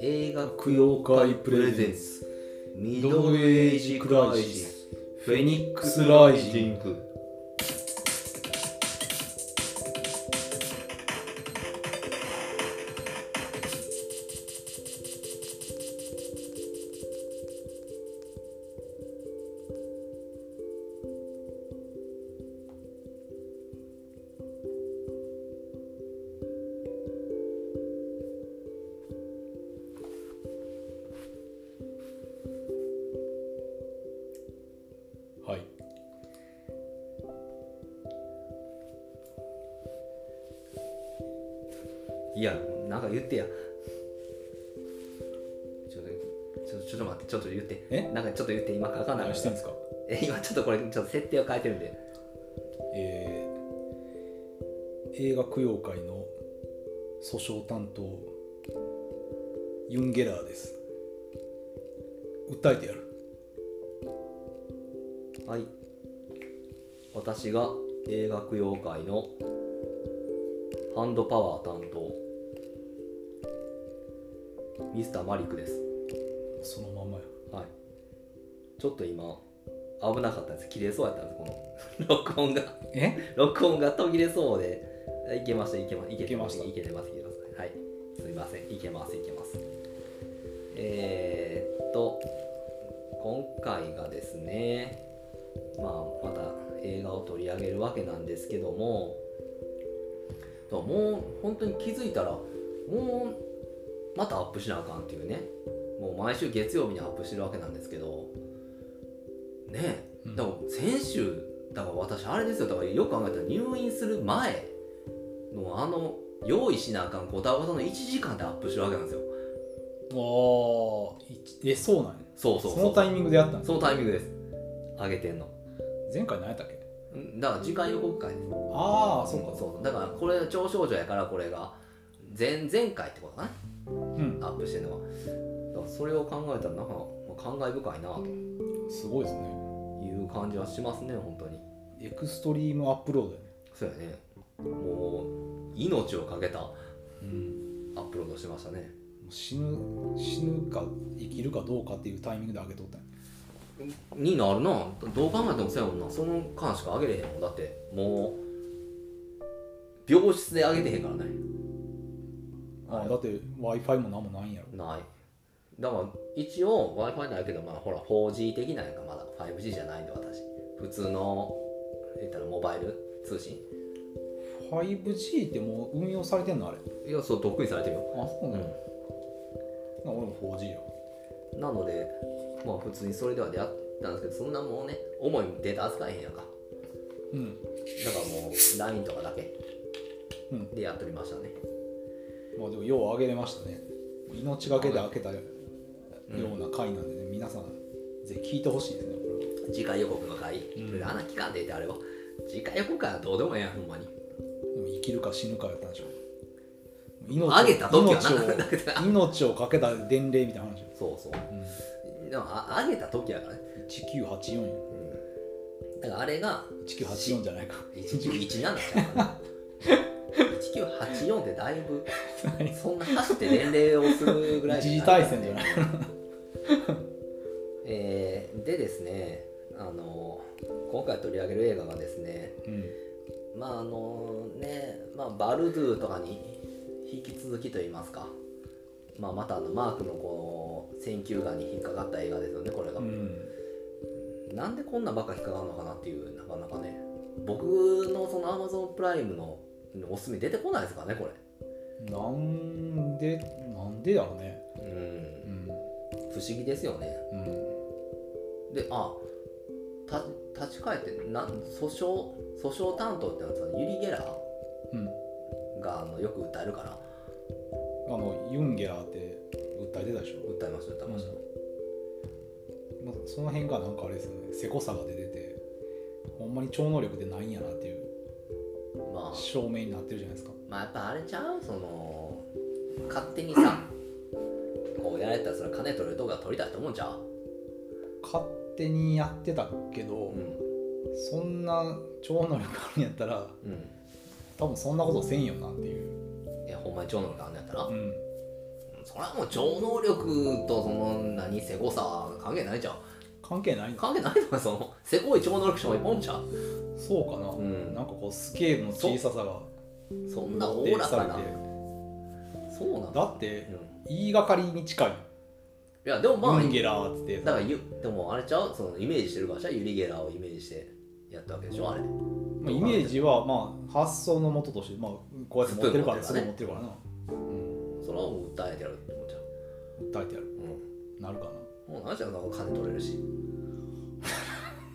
映画供養会プレゼンスミドルエイジクライシスフェニックスライジングはいいやなんか言ってやちょっとちょちょっと待ってちょっと言ってえなんかちょっと言って今書かない何してんですかえ今ちょっとこれちょっと設定を変えてるんでえー映画供養会の訴訟担当ユン・ゲラーです訴えてやるはい私が映画供養会のハンドパワー担当ミスターマリックですそのまんまやはいちょっと今危なかったです切れそうやったんですこの 録音がえ録音が途切れそうでいけましたいけまいけいけましたいけてますいけてますはいすいませんいけますいけますえー、っと今回がですねまあまた映画を取り上げるわけなんですけどもともう本当に気づいたらもうまたアップしなあかんっていうねもう毎週月曜日にアップしてるわけなんですけどねえうんだから先週だから私あれですよだからよく考えたら入院する前のあの用意しなあかんごたごたの1時間でアップしてるわけなんですよあーいちえそうなんやそうそうそうのタイミングでやったんですそのタイミングです上げてんの前回何やったっけんだから次回予告会ですああそうかそうそそうだからこれ超少女やからこれが前々回ってことかなううんアップしてるのはだからそれを考えたらなんかまあ感慨深いなとすごいですねいう感じはしますね本当にエクストリームアップロードやねそうやねもう命をかけたアうんップロードしてましたねもう死ぬ死ぬか生きるかどうかっていうタイミングで上げとったんやになるなどう考えてもそうやもんなその間しかあげれへんもんだってもう病室であげてへんからねあーだって w i f i も何もないんやろないだから一応 w i f i ないけどまあほら 4G 的なんやんかまだ 5G じゃないんで私普通の言ったらモバイル通信 5G ってもう運用されてんのあれあいやそうとっくにされてるよ、そうなの、な俺も 4G ようん、なのでまあ普通にそれでは出会ったんですけどそんなもうね重いデータ扱えへんやんかうだんからもう LINE とかだけうんでやっておりましたねまあでもよう上げれましたね命がけで開けたようんうな回なんでね、皆さんぜひ聞いてほしいですねこれは次回予告の回、うんこれ穴期間でってあれば次回予告はどうでもええやんほんまにでも生きるか死ぬかやったんでしょ命を上げた時はな 命を命をかけた伝令みたいな話よ、そうそううん、でもあ上げた時やからね、 1984やうん、だからあれが1984じゃないか1917ちゃうかな1984ってだいぶそんな走って年齢をするぐらい一じ時ゃない大戦じゃないえーでですねあの今回取り上げる映画がですねうんまああのね、まあ、バルドゥとかに引き続きといいますか、まあ、またあのマークのこの選球眼に引っかかった映画ですよねこれが、うんなんでこんなばっか引っかかるのかなっていうなかなかね僕のそのアマゾンプライムのおすすめ出てこないですからねこなんでなんでだろうねれうんうん不思議ですよねうんであた立ち返ってなん訴訟訴訟担当ってのはそのユリ・ゲラーうんがあのよく訴えるからあのユンゲラーって訴えてたでしょ、訴えました訴えました、うまあ、その辺がなんかあれですよねせこさが出ててほんまに超能力でないんやなっていうまあ証明になってるじゃないですかまあやっぱあれちゃうその勝手にさこうやられたらそれは金取れる動画撮りたいと思うんちゃう、勝手にやってたけど、うんそんな超能力あるんやったらうん、多分そんなことせんよなっていう、いやほんまに超能力あんのやったら、うん、それはもう超能力とその何せこさ関係ないじゃん関係ないの関係ないのかそのせこい超能力者もいぽんちゃうそうかな、うんなんかこうスケールの小ささがそんなおおらかな定義さそうなんれてだ、だっうてん、い言いがかりに近いやでもまあ、ユンゲラーっつってだからゆでもあれちゃうそのイメージしてるからじゃユリゲラーをイメージしてやったわけでしょあれまあ、イメージはまあ発想のもととして、まあ、こうやって持ってるからスすプぐーン持持ってるからな、うん、それはもう訴えてやるって思っちゃう訴えてやるうなるかんもう何じゃんなんか金取れるし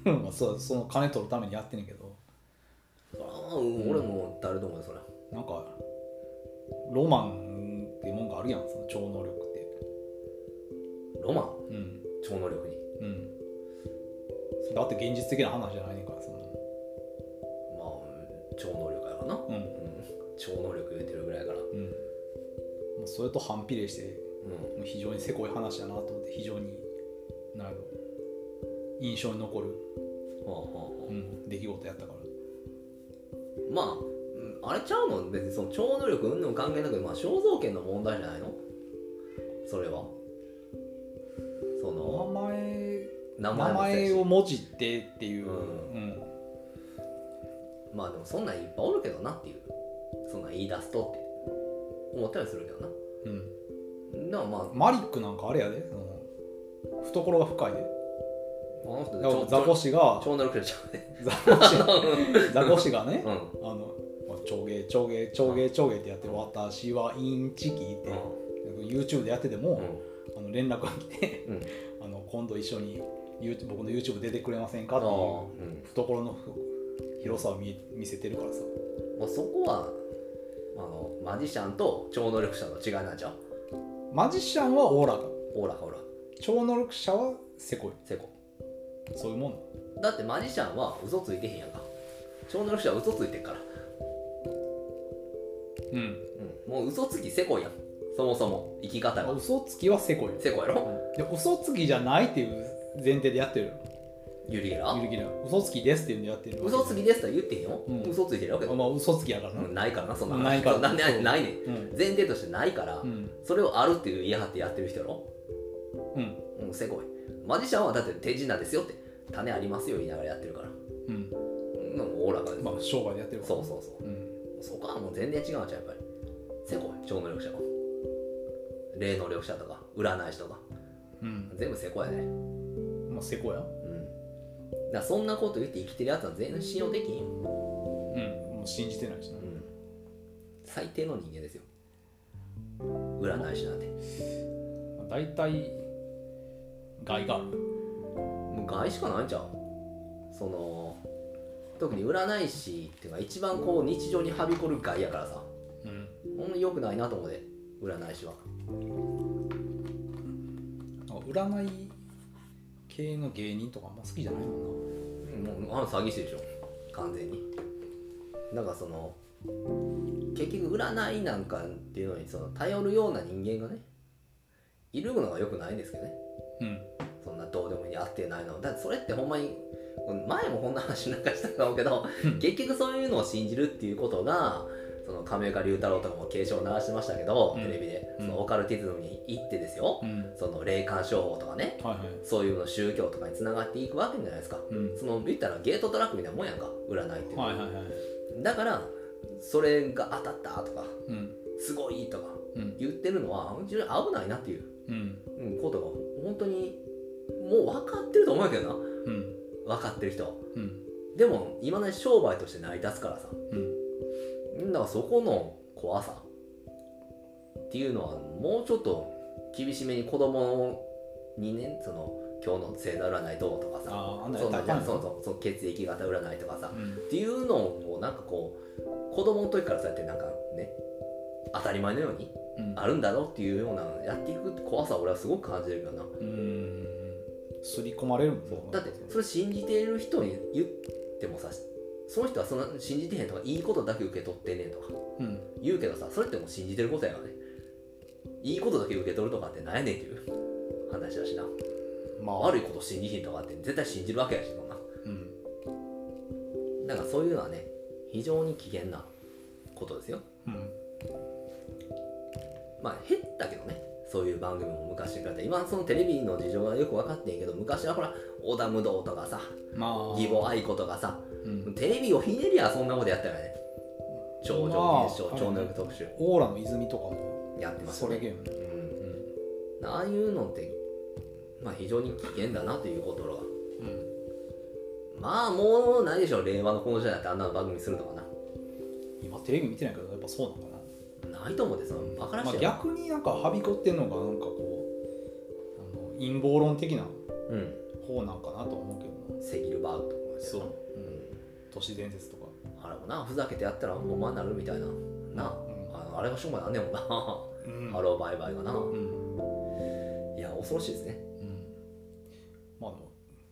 なまあそうその金取るためにやってんねんけどそれはもう俺も誰と思うよそれはなんかロマンってもんがあるやんその超能力ってロマンうん超能力にうんだって現実的な話じゃないねんからそんなのまあうん超能力やからな、ううんん、超能力言うてるぐらいやからううんもうそれと反比例してんもう非常にせこい話だなと思って非常になんやろ印象に残る、はあはあはうん、出来事やったからあまあうんあれちゃうの別にその超能力うんぬん関係なく、まあ、肖像権の問題じゃないのそれはその名前名名前もそうやし前を文字ってっていうう、うんまあでもそんなんいっぱいおるけどなっていうそんなん言い出すとって思ったりするけどなうんでもまあマリックなんかあれやでその懐が深いでこの人だから超ザコシが超能力者ちゃうねザコシ ザコシがねう、んあのまあ長芸長芸長芸長芸ってやってる私はインチキって、う YouTube でやっててんうも、んあの連絡が来てうん あの今度一緒に YouTube 僕の YouTube 出てくれませんあかっていうーうん懐の広さを見見せてるからさまあそこはあのマジシャンと超能力者の違いなんちゃうマジシャンはオーラがオーラかオーラ超能力者はせこセコいそういうもんだなってマジシャンは嘘ついてへんやんか超能力者は嘘ついてっから、うんうん、もう嘘つきセコやんそもそも生き方が嘘つきはせこいよセコやろで嘘つきじゃないっていう前提でやってるユリゲラよゆるぎな嘘つきですっていうんでやってる嘘つきですとは言ってへんよ、うん嘘ついてるわけまあ嘘つきやからなうんないからなそんな話ないからなんでそうないねんうん前提としてないから、うんそれをあるっていう言い張ってやってる人やろうんうんせこいマジシャンはだって手品ですよって種ありますよ言いながらやってるからうんうんなんかおおらかです、まあ商売でやってるからそうそうそうう、ん、そこはもう全然違うんちゃうやっぱりせこい超能力者は霊能力者とか占い師とかうん全部せこいやねまあせこやうんだからそんなこと言って生きてるやつは全然信用できんよ、うんもう信じてないしな、うん、最低の人間ですよ占い師なんてまあ、大体害があるもう害しかないんちゃうその特に占い師っていうのは一番こう日常にはびこる害やからさうんほんま良くないなと思うで占い師はなんか占い系の芸人とかあんま好きじゃないもんもうあの詐欺師でしょ完全になんかその結局占いなんかっていうのにその頼るような人間がねいるのが良くないんですけどねなうんそんなどうでもいい合ってないのだってそれってほんまに前もこんな話なんかしたと思うけどうん結局そういうのを信じるっていうことがその亀岡龍太郎とかも警鐘を鳴らしてましたけど、うんテレビでうそんのオカルティズムに行ってですよ、うんその霊感商法とかねはいはいそういうの宗教とかにつながっていくわけじゃないですかうんその言ったらゲートトラックみたいなもんやんか占いっていうのははいはいはいだからそれが当たったとかうんすごいとかうん言ってるのは非常に危ないなっていううんうんことが本当にもう分かってると思うけどうんな分かってる人はうんでも今まで商売として成り立つからさうんだからそこの怖さっていうのはもうちょっと厳しめに子供にねその今日の星座占いどうとかあさああんなそやうったらあそうかんよそうそう血液型占いとかさうんっていうのをなんかこう子供の時からそうやってなんかね当たり前のようにうんあるんだろうっていうようなのやっていく怖さを俺はすごく感じてるけどなうーん刷り込まれるもんだってそれ信じている人に言ってもさその人はその信じてへんとかいいことだけ受け取ってねとかうん言うけどさそれってもう信じてることやからねいいことだけ受け取るとかってなんやねんっていう話だしなまあ悪いこと信じひんとかって絶対信じるわけやしそんなうんだからそういうのはね非常に危険なことですようんまあ減ったけどねそういう番組も昔に比べて今はそのテレビの事情がよく分かってんけど昔はほら織田無道とかさまあ義母愛子とかさうんテレビをひねりゃそんなことやったよね超常現象まあ超能力特集オーラの泉とかもやってましたそねれゲームねうんうんああいうのってまあ非常に危険だなということがうんまあもうないでしょう令和のこの時代だってあんな番組するのか今テレビ見てないけどやっぱそうなのかななないと思うでそのバカらしいまあ、よ、逆になんかはびこってんのがなんかこうあの陰謀論的なうん方なんかなと思うけどなセギルバーグとかもですよな、うん、都市伝説とかうん、あれもなふざけてやったらもうまになるみたいななあうんあのあれがしょうがなんねんもんなハうんローバイバイがなうんいや恐ろしいですねうんまあでも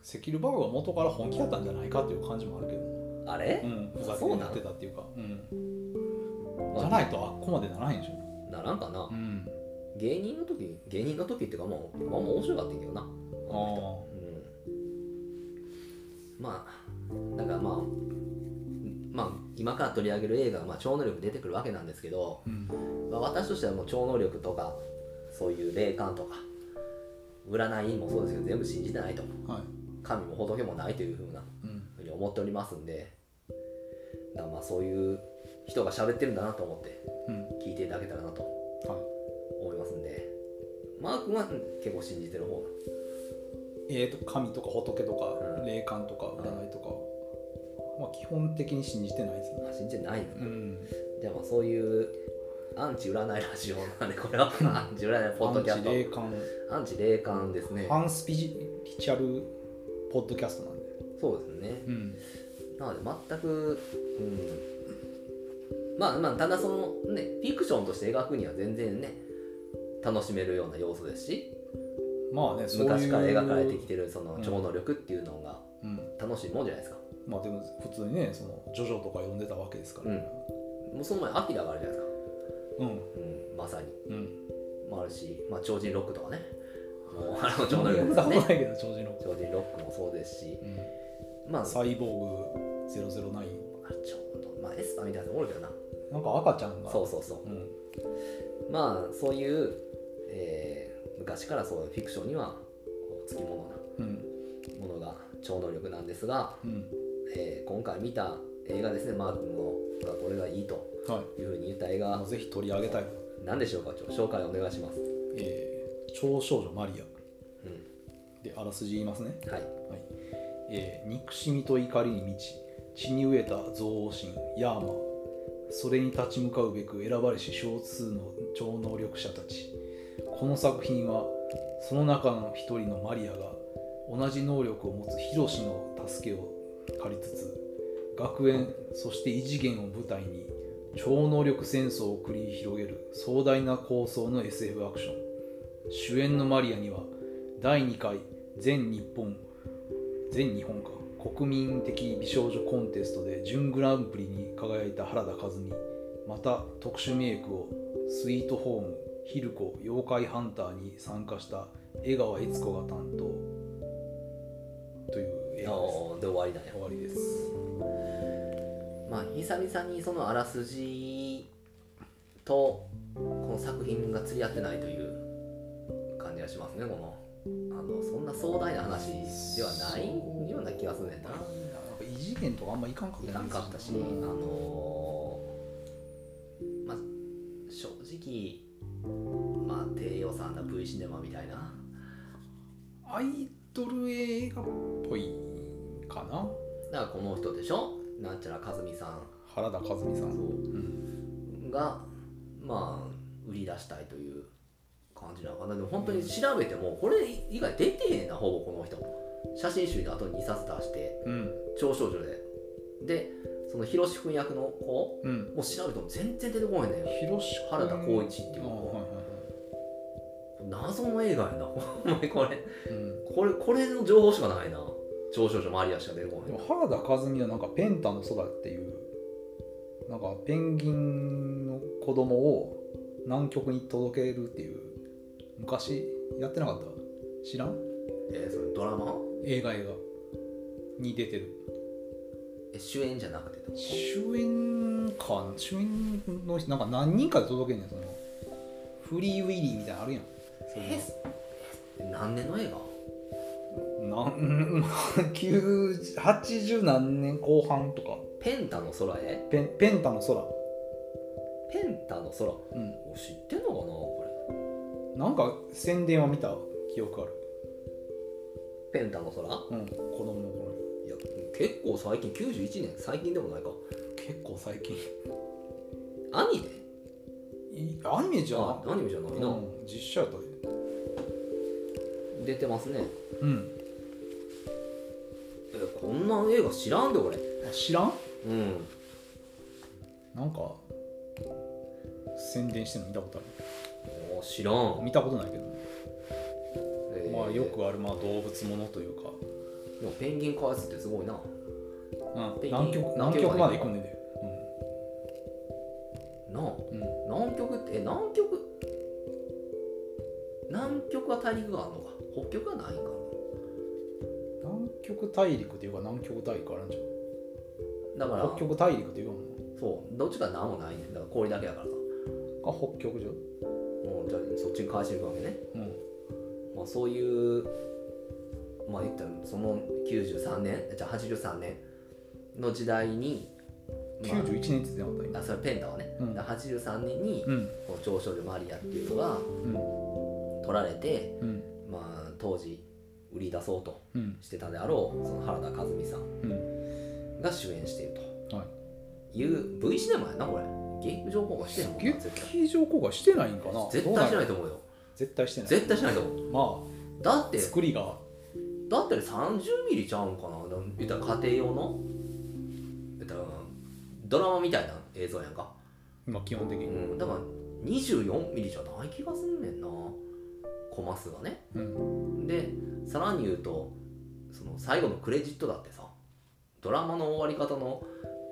セキルバーグは元から本気だったんじゃないかっていう感じもあるけどなあれ、うんふざけそうてなやのってたっていうかうんまあじゃないとあっこまでならへんでしょならんかな、ん芸人の時芸人の時っていうかもうまあまあ面白かったんやけどなああの人あうんまあだからまあまあ今から取り上げる映画はまあ超能力出てくるわけなんですけど、うんまあ、私としてはもう超能力とかそういう霊感とか占いもそうですけど全部信じてないとはい神も仏もないというふうなうんふうに思っておりますんでだからまあそういう人が喋ってるんだなと思ってうん聞いていただけたらなとは思いますんでマー君は結構信じてる方いえー、と神とか仏とうかん霊感とか占いとか、まあ、基本的に信じてないですねなのあ信じてないのうんじゃあまあそういうアンチ占いラジオなんでこれ はアンチ占いポッドキャスアンチト霊感アンチ霊感ですね反スピリチュアルポッドキャストなんで、そうですねうん、なので全くうんまあまあただそのねフィクションとして描くには全然ね楽しめるような要素ですしまあねそういう昔から描かれてきてるそのうん超能力っていうのがうん、楽しいもんじゃないですかまあでも普通にねそのジョジョとか読んでたわけですから、うんもうその前アキラがあるじゃないでうんすか、うん、まさにうんもあるし、まあ、超人ロックとかねもうあの超能力やっですたことないねけど超人ロック超人ロックもそうですしうんまあサイボーグ009あちょうど、まあ、エスパーみたいなのおるけどな。なんか赤ちゃんがそうそうそうう、んまあ、そういう、えー昔からそうフィクションにはこうつきものなうんものが超能力なんですが、うんえー今回見た映画ですね、マー君のがこれがいいとはいいうふうに言った映あの画、ぜひ取り上げたい、何でしょうか、ちょ紹介お願いします。えー超少女マリアうん、であらすじ言いますねはい、はいえー憎しみと怒りに満ち血に飢えた憎悪心ヤーマそれに立ち向かうべく選ばれし少数の超能力者たちこの作品はその中の一人のマリアが同じ能力を持つヒロシの助けを借りつつ学園そして異次元を舞台に超能力戦争を繰り広げる壮大な構想の SF アクション主演のマリアには第2回全日本全日本か国民的美少女コンテストで準グランプリに輝いた原田和美また特殊メイクをスイートホームヒルコ妖怪ハンターに参加した江川悦子が担当という映あ画ですーで終わりだね。終わりですまあ、久々にそのあらすじとこの作品が釣り合ってないという感じがしますねこのあのそんな壮大な話ではないような気がするねんななんか異次元とかあんまいかんかったいかんかったしあのーまあ正直まあ低予算な V シネマみたいなアイドル映画っぽいかなだからこの人でしょなんちゃらかずみさん原田和美さんそううんがまあ売り出したいという感じなのかなでも本当に調べてもこれ以外出てへんなほぼこの人写真集であと2冊出してうん長少女ででその広志君役の子うんもう調べても全然出てこないんだよ広島原田浩一っていうああはいは子いは謎の映画やな ほんまにこれいうんこれこれの情報しかないな長少女マリアしか出てこでないも原田和美はなんかペンタの空っていうなんかペンギンの子供を南極に届けるっていう昔やってなかった知らんえーそれドラマ映画映画に出てるえ主演じゃなくて主演か主演の人なんか何人かで届けんねんそのフリーウィリーみたいなのあるやんそういうえ何年の映画のなん 90 80何年後半とかペンタの空へペンペンタの空、ペンタの空うん、お知ってんのかなこなんか宣伝は見た記憶ある、れペンタの空うん、子供の頃にいや結構最近91年最近でもないか結構最近アニメいアニメじゃなあアニメじゃないな、うん、実写やったで出てますねうんえこんなん映画知らんで俺あ知らんうんなんか宣伝してるの見たことああ知らんる、見たことないけど、えーまあよくあるまあ動物ものというか、でもペンギン返すってすごいなうん、ペンギン南極南南極極ままでで行く行くんんでなあうん、うん、南極ってえ南極南極は大陸があるのか北極はないんか南極大陸というか南極大陸あるんじなだかゃらん北極大陸というかもそうどっちか何もないねんだから氷だけやからさあ北極じもうじゃあそっちに返していくわけね、ゃんうんまあ、そういうまあ言ったらその93年じゃあ83年の時代に、ま91年って出なかったあ、今あそれペンタはね、うんだから83年にうんこの「長所でマリア」っていうのがうん取られて、うんまあ、当時売り出そうとうんしてたであろうその原田和美さんうんが主演しているはいという V シネマやなこれ劇場公開してへんもんな絶対劇場公開してないんかな絶対しないどうなんやろと思うよ絶対してない絶対しないと思うまだっあて作りがだったら3 0ミリちゃうんかななん言ったら家庭用の言ったらドラマみたいな映像やんか、今基本的うにん、だから2 4ミリじゃない気がすんねんなコマ数がねうんでさらに言うとその最後のクレジットだってさドラマの終わり方の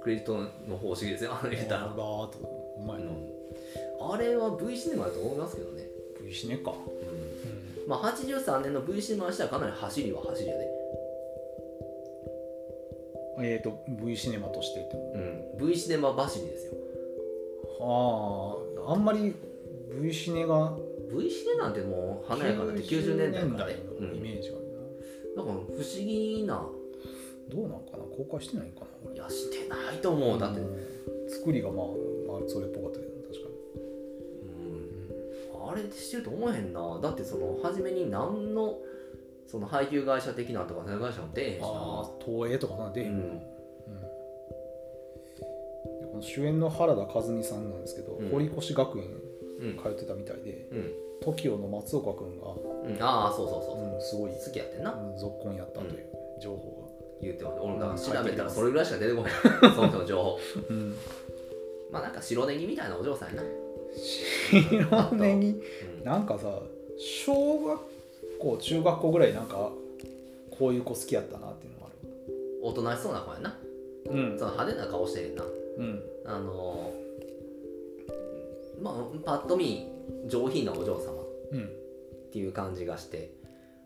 クレジットの方式ですよ あの言ったあらーバーっとお前のうんあれは V シネマだと思いますけどね、 V シネかうんうんまあ、83年の V シネマにしたらかなり走りは走りやで、えっと V シネマとしてってうん、V シネマ走りですよあああんまり V シネが V シネなんてもう華やかなって90年代からね、うのイん、メだかージがあるな、ら不思議などうなんかな公開してないんかないやしてないと思うだって、うんうん作りがまあ、まあ、それっぽかったけど確かあれしてると思えへんなだってその初めに何のその配給会社的なとかそういう会社も出えへんにしなああ東映とかなんで,、ううんんでこの主演の原田和美さんなんですけど、うん堀越学院うん通ってたみたいでうん TOKIO の松岡君が、うんああそうそうそう、うん、すごい好きやってんなうん続婚やったという情報言うては俺もだうんから調べたらそれぐらいしか出てこ ないその人の情報が、うん、 まあなんか白ネギみたいなお嬢さんやな、白ネギうんなんかさ小学校中学校ぐらいなんかこういう子好きやったなっていうのがあおとなしそうな子やなるうんその派手な顔してるなうんあのーまあパッと見上品なお嬢様っうんていう感じがして、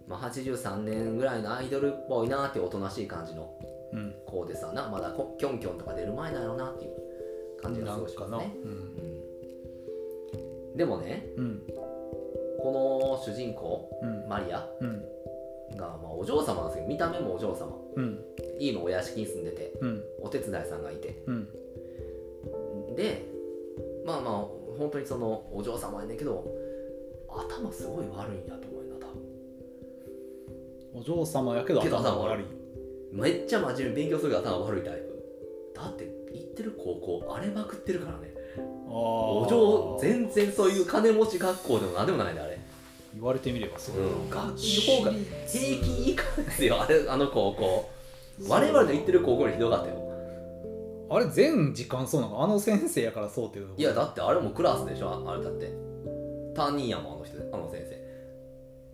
まあ、83年ぐらいのアイドルっぽいなっていうおとなしい感じのうん子でさなまだこキョンキョンとか出る前だろうなっていう感じがなすんごいしかますなね、うん、でもねうんうんこの主人公うんマリアうんが、まあ、お嬢様なんですけど見た目もお嬢様うん今お屋敷に住んでてうんお手伝いさんがいてうんでまあまあ本当にそのお嬢様やねんけど頭すごい悪いんやと思うよな多分お嬢様やけどけど頭頭悪悪いめっちゃ真面目に勉強するが頭悪いタイプだって行ってる高校荒れまくってるからねあおお嬢全然そういう金持ち学校でも何でもないであれ言われてみればそうだなうん学費の方が私立平均以下ですよあれあの高校我々の行ってる高校よりひどかったよあれ全時間そうなのあの先生やからそうっていうのいやだってあれもクラスでしょあれだって担任やもんあの人あの先生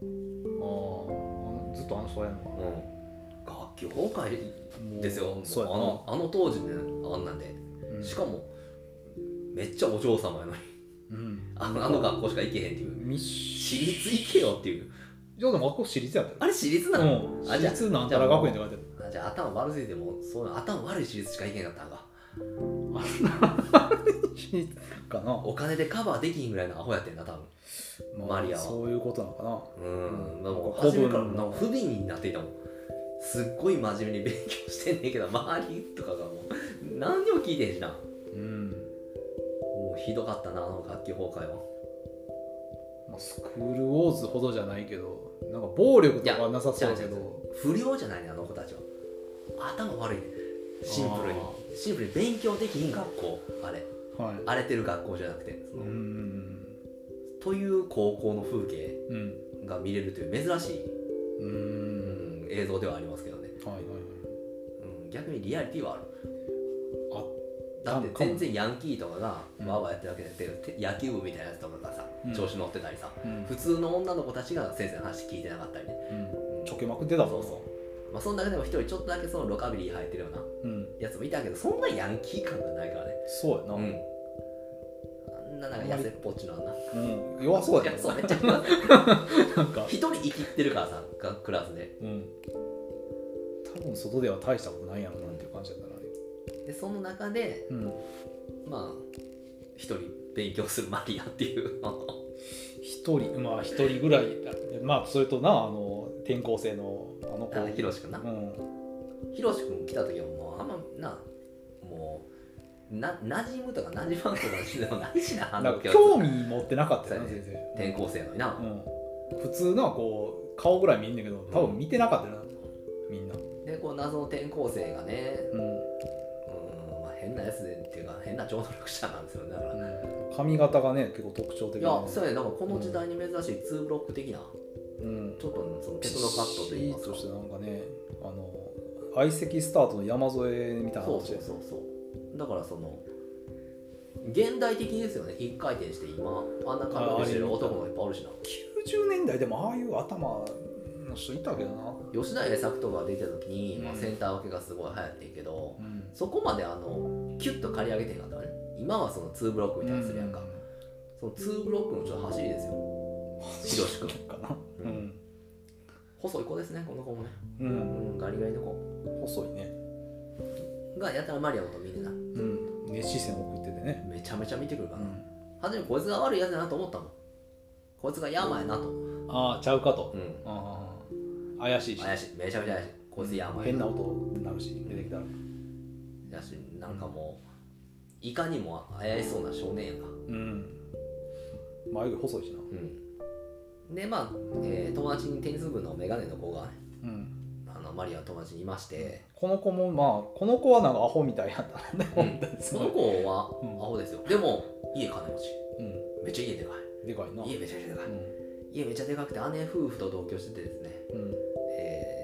あーずっとあの人やんのかなうん学級崩壊もうですよそうやあのあの当時ねあんなんでなうんしかもめっちゃお嬢様やのにうんあのあの学校しか行けへんっていう密集私立行けよっていういやでも学校私立やったよあれ私立なの、うん、あ私じゃあ立なんたら学園って書いてあるあじゃあ頭悪すぎてもうそういう頭悪い私立しか行けへんかったんかし かな、お金でカバーできひんぐらいのアホやってんな多まマあリアはそういうことなのかな分うんでなんもか初めから古文なんか不憫になっていたもんすっごい真面目に勉強してんねんけど周りとかがもう何にも聞いてへんしなうん、もうひどかったなあの楽器崩壊はまあ、スクールウォーズほどじゃないけどなんか暴力とかはなさそうだけいや違う違ど不良じゃないねあの子たちは頭悪いねシンプルにあシンプルに勉強できひん学校あれはい荒れてる学校じゃなくてその、うんという高校の風景うんが見れるという珍しい、ううんん、映像ではありますけどね、はいはいはいうん、逆にリアリティはあるあだってなんかも全然ヤンキーとかがうんわーわーやってるわけじゃなくて、て野球部みたいなやつとかがさうん調子乗ってたりさ、うん普通の女の子たちが先生の話聞いてなかったりね、うんうんちょけまくってたもんなそうまあ、その中でも一人ちょっとだけそのロカビリー入ってるようなうんやつもいたけどそんなヤンキー感がないからねそうやな、うんあんななんか痩せっぽっちのあんなうん弱そうやいなやそうめっ ちゃ弱いなんか一人生きってるからさがクラスでうん多分外では大したことないやろなっていう感じだったなあれでその中でうんまあ一人勉強するマリアって いうのを一人まあ一人ぐらいだまあそれとなあの転校生のあのあ子のヒロシ君なうんヒロシ君来た時はもうあんまなもうな馴染むとか馴染まんとかでもないしなあなのんか教室興味持ってなかったよなそうや全ね然転校生のにな、うん、普通のはこう顔ぐらい見んだけど多分見てなかったよな、みんなでこう謎の転校生がねうんうん、まあ、変なやつでっていうか変な超能力者なんですよねだからね、髪型がね結構特徴的いなやそうやねなんかこの時代に珍しいツーブロック的なうんちょっとそのテクノカットといいますかそしてなんかねあの相席スタートの山添みたいなそう話そうでそうそうだからその現代的ですよね一回転して今あんな感覚してる男の子いっぱいおるしな90年代でもああいう頭の人いたけどな、吉田栄作とか出てた時に、まあ、うんセンター分けがすごい流行ってんけど、うん、そこまであのキュッと刈り上げてへんかったわね今はその2ブロックみたいにするやんか、その2ブロックのちょっと走りですよひろしくんかなううんん、細い子ですねこの子もね、うんうん、ガリガリの子細いね、がやたらマリアのこと見てなうん、熱視線を送っててね、めちゃめちゃ見てくるかうら、ん、初めこいつが悪いやつだなと思ったもんこいつがヤマやなと、うああちゃうかと、ん、ああ怪しいし怪しいめちゃめちゃ怪しいこいつやばい変な音になるし出てきたらやしなんかもういかにも怪しそうな少年やんかうん眉毛細いしなうんでまあ、えー友達にテニス部のメガネの子がねうんあのマリアの友達にいまして、この子もまあこの子はなんかアホみたいやったねうん本当にすそごいの子はうんアホですよ、でも家金持ちうめっちゃ家でかんでかいない家めちゃめちゃでかい、う家めちゃでかくて姉夫婦と同居しててですね、んうんえー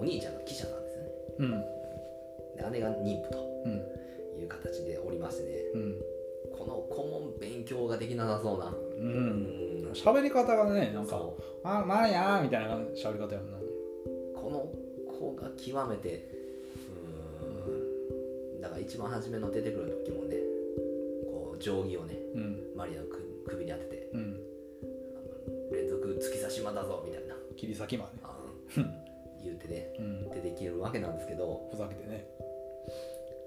お兄ちゃんが記者なんですよねうんで姉が妊婦とうんいう形でおりましてねうんこの子も勉強ができなさそうなううん喋り方がねなんかそう「あマリア」みたいな喋り方やんなこの子が極めてうーんだから一番初めの出てくる時もねこう定規をねうんマリアのく首に当ててうん「連続突き刺し間だぞ」み たいな切り先まあうの言うてねでうん出てきるわけなんですけどふざけてね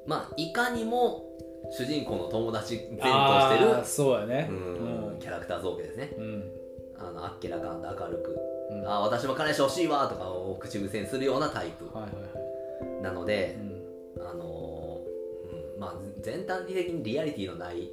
まあいかにも主人公の友達前とあーしそうやてねるううんんキャラクター造形ですねうんあのあっけらかんと明るく「うんああ私も彼氏欲しいわ」とかを口癖にするようなタイプはいはいはなのでい、うんあのーうん、まあ全体的にリアリティのない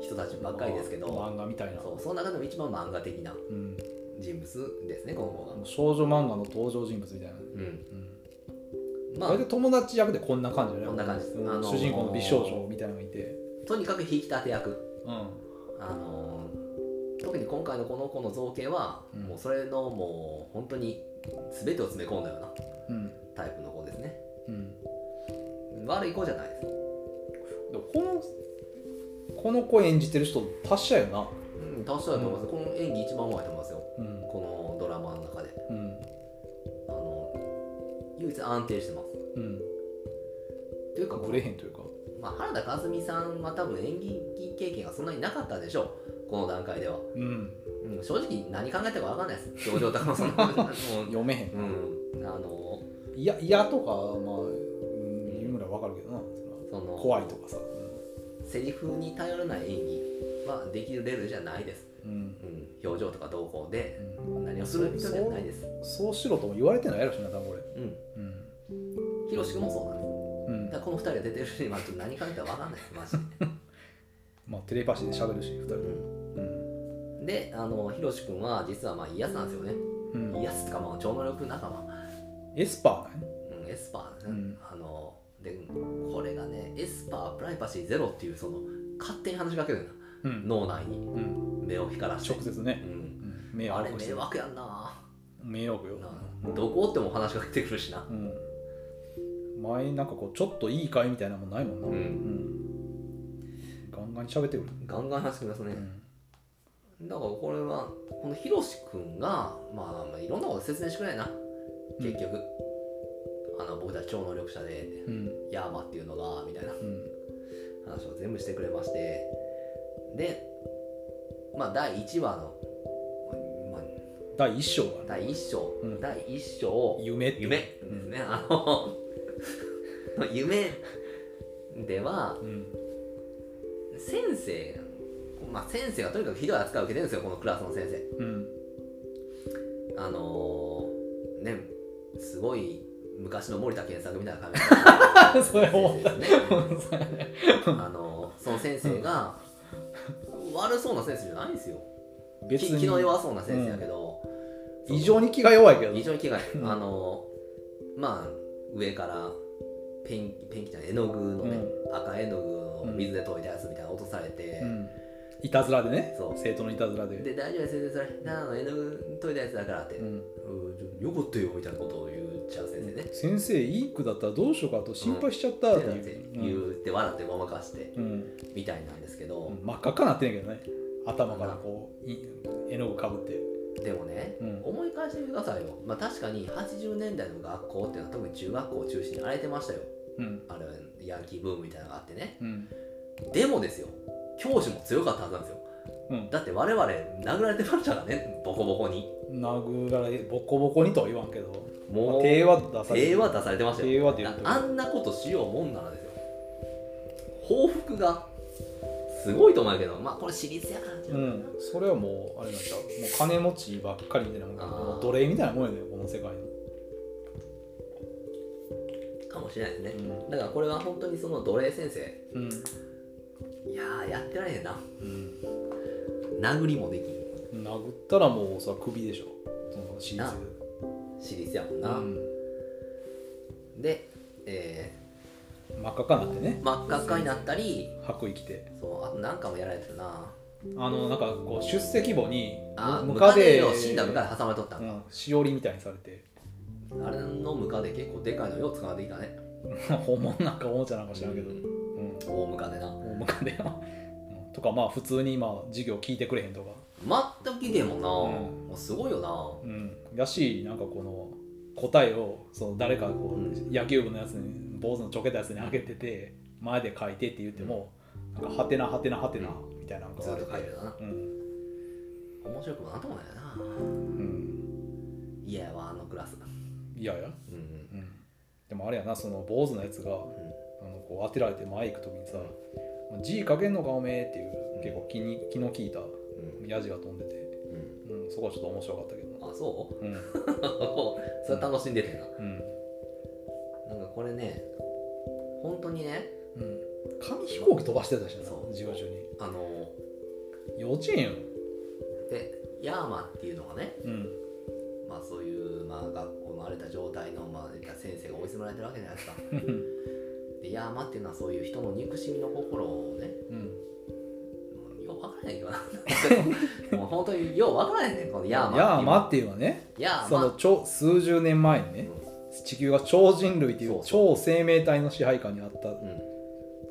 人たちばっかりですけど、漫画みたいなそうその中でも一番漫画的なうん人物ですねこの子がもう少女漫画の登場人物みたいなうんうんま大あ体友達役でこんな感じだねこんな感じですうんあのー主人公の美少女みたいなのがいてとにかく引き立て役うんあのー特に今回のこの子の造形は、うんもうそれのもう本当に全てを詰め込んだようなうんタイプの子ですねうん悪い子じゃないです、でもこのこの子演じてる人達者やなうん、確かだと思います、この演技一番うまいと思いますようんこのドラマの中でうんあの唯一安定してますうんというかぶれへんというかまあ、原田和美さんは多分演技経験がそんなになかったでしょうこの段階では、うんうん、正直何考えてるか分かんない です表情とかもそんなも読めへんう、うん、あのいやいやとかまあ、うん、言うぐらいわかるけどなそその怖いとかさ、セリフに頼らない演技はできるレベルじゃないです、うんうん、表情とか動向でうん何をする人じゃないですそうしろとも言われてないやろしな多分俺うんうん、ヒロシ君もそうなんですうんだからこの2人が出てるシーンはちょっと何かって分かんないですマジで、まあテレパシーで喋るし2人ううんん、であのヒロシ君は実はまあ癒やつなんですよねうん癒やつとかまあ超能力仲間、エスパーねうん、エスパー、ねうんあのでこれがねエスパープライバシーゼロっていうその勝手に話しかけるよううんな脳内にうん、目を光らして直接うね、ん、うん、迷あ惑れして迷惑やんな迷惑よなうんどこおっても話しかけてくるしなうん、前なんかこうちょっといい会みたいなもんないもんな、うんうんガンガンに喋ってくる、ガンガン話してきますうね、んだからこれはこのひろしくんが、まあ、まあいろんなこと説明してくれないな結局、あの僕たち超能力者でうんヤーマっていうのがみたいなうん話を全部してくれましてでまあ第1話の、まあ、第一章がね第1章、うん第1章夢って夢ですね、あの 夢ではうん先生まあ先生がとにかくひどい扱いを受けてるんですよこのクラスの先生うんあのー、ねすごい昔の森田健作みたいな感じ それ思った先生です ねあのーその先生が悪そうな先生じゃないんですよ別気に気の弱そうな先生やけど、その異常に気が弱いけど非常に気がいい、うんあのーまあ上からペンペンキじゃない絵の具のね、赤絵の具を水で溶いたやつみたいなの落とされて、うん、いたずらでねそう生徒のいたずらでで大丈夫です先生それただの絵の具溶いたやつだからって、うん、うんちょよかったよみたいなことを言っちゃう先生ね、先生いい句だったらどうしようかと心配しちゃったっていう、うん言うって笑ってごまかしてうんみたいなんですけど、真っ赤っかなってんやけどね頭からこうい絵の具かぶってでもね、うん思い返してみてくださいよ、まあ、確かに80年代の学校っていうのは特に中学校を中心に荒れてましたようんあれヤンキーブームみたいなのがあってねうんでもですよ教師も強かったはずなんですようんだって我々殴られてましたからねボコボコに殴られボコボコにとは言わんけど、まもあ、う手は出され手は出されてました手よは出るあんなことしようもんならですよ報復がすごいと思うけどまあこれ私立やからじゃうないんそれはもうあれなんちゃうもう金持ちばっかりみたいなもんあーもう奴隷みたいなもんやねこの世界のかもしれないですね、だからこれは本当にその奴隷先生うんいやーやってられへんなうん、殴りもできん殴ったらもうそれは首でしょそのシリーなズ私立やもんうな、んで、え真っ赤っかになってねー、真っ赤っかになったり白衣着てそうあと何かもやられてるなあのなんかこう出席簿にあむムムカカデデを死んだムカデ挟まれとった、うんしおりみたいにされて あれのムカデ結構でかいのよう使われてきたね本物なんかおもちゃなんか知らんけど、うんうん、大ムカデな大ムカデやうんとかまあ普通にまあ授業聞いてくれへんとか全くきでもな、うんもうすごいよなうん、やしなんかこの答えをその誰かこうう野球部のやつに坊主のちょけたやつにあげてて前で書いてって言ってもなんかはてなはてなはてなみたいなのがずあっれと書いててたなうん面白くもなんともないよなうん嫌やわあのクラスいやいや、うんうん、でもあれやなその坊主のやつがあうのんこう当てられて前行く時にさ「字書けんのかおめえ」っていう結構気に気の利いたうんヤジが飛んでて、うんうん、そこはちょっと面白かったけどなあそう うんそれ楽しんでてんなうんなんかこれね本当にねうん紙飛行機飛ばしてたしなそう授業中にあの幼稚園よでヤーマンっていうのがねうんまあそういう、まあ、学校の荒れた状態の、まあ、言ったら先生が追い詰められてるわけじゃないですかうでヤーマンっていうのはそういう人の憎しみの心をねん、もうようわからへんけどなもう本当にようわからへんねんこのヤーマン ヤーマっていうのはねヤーそマのン超数十年前にね地球が超人類といそううそ超生命体の支配下にあったうん、うん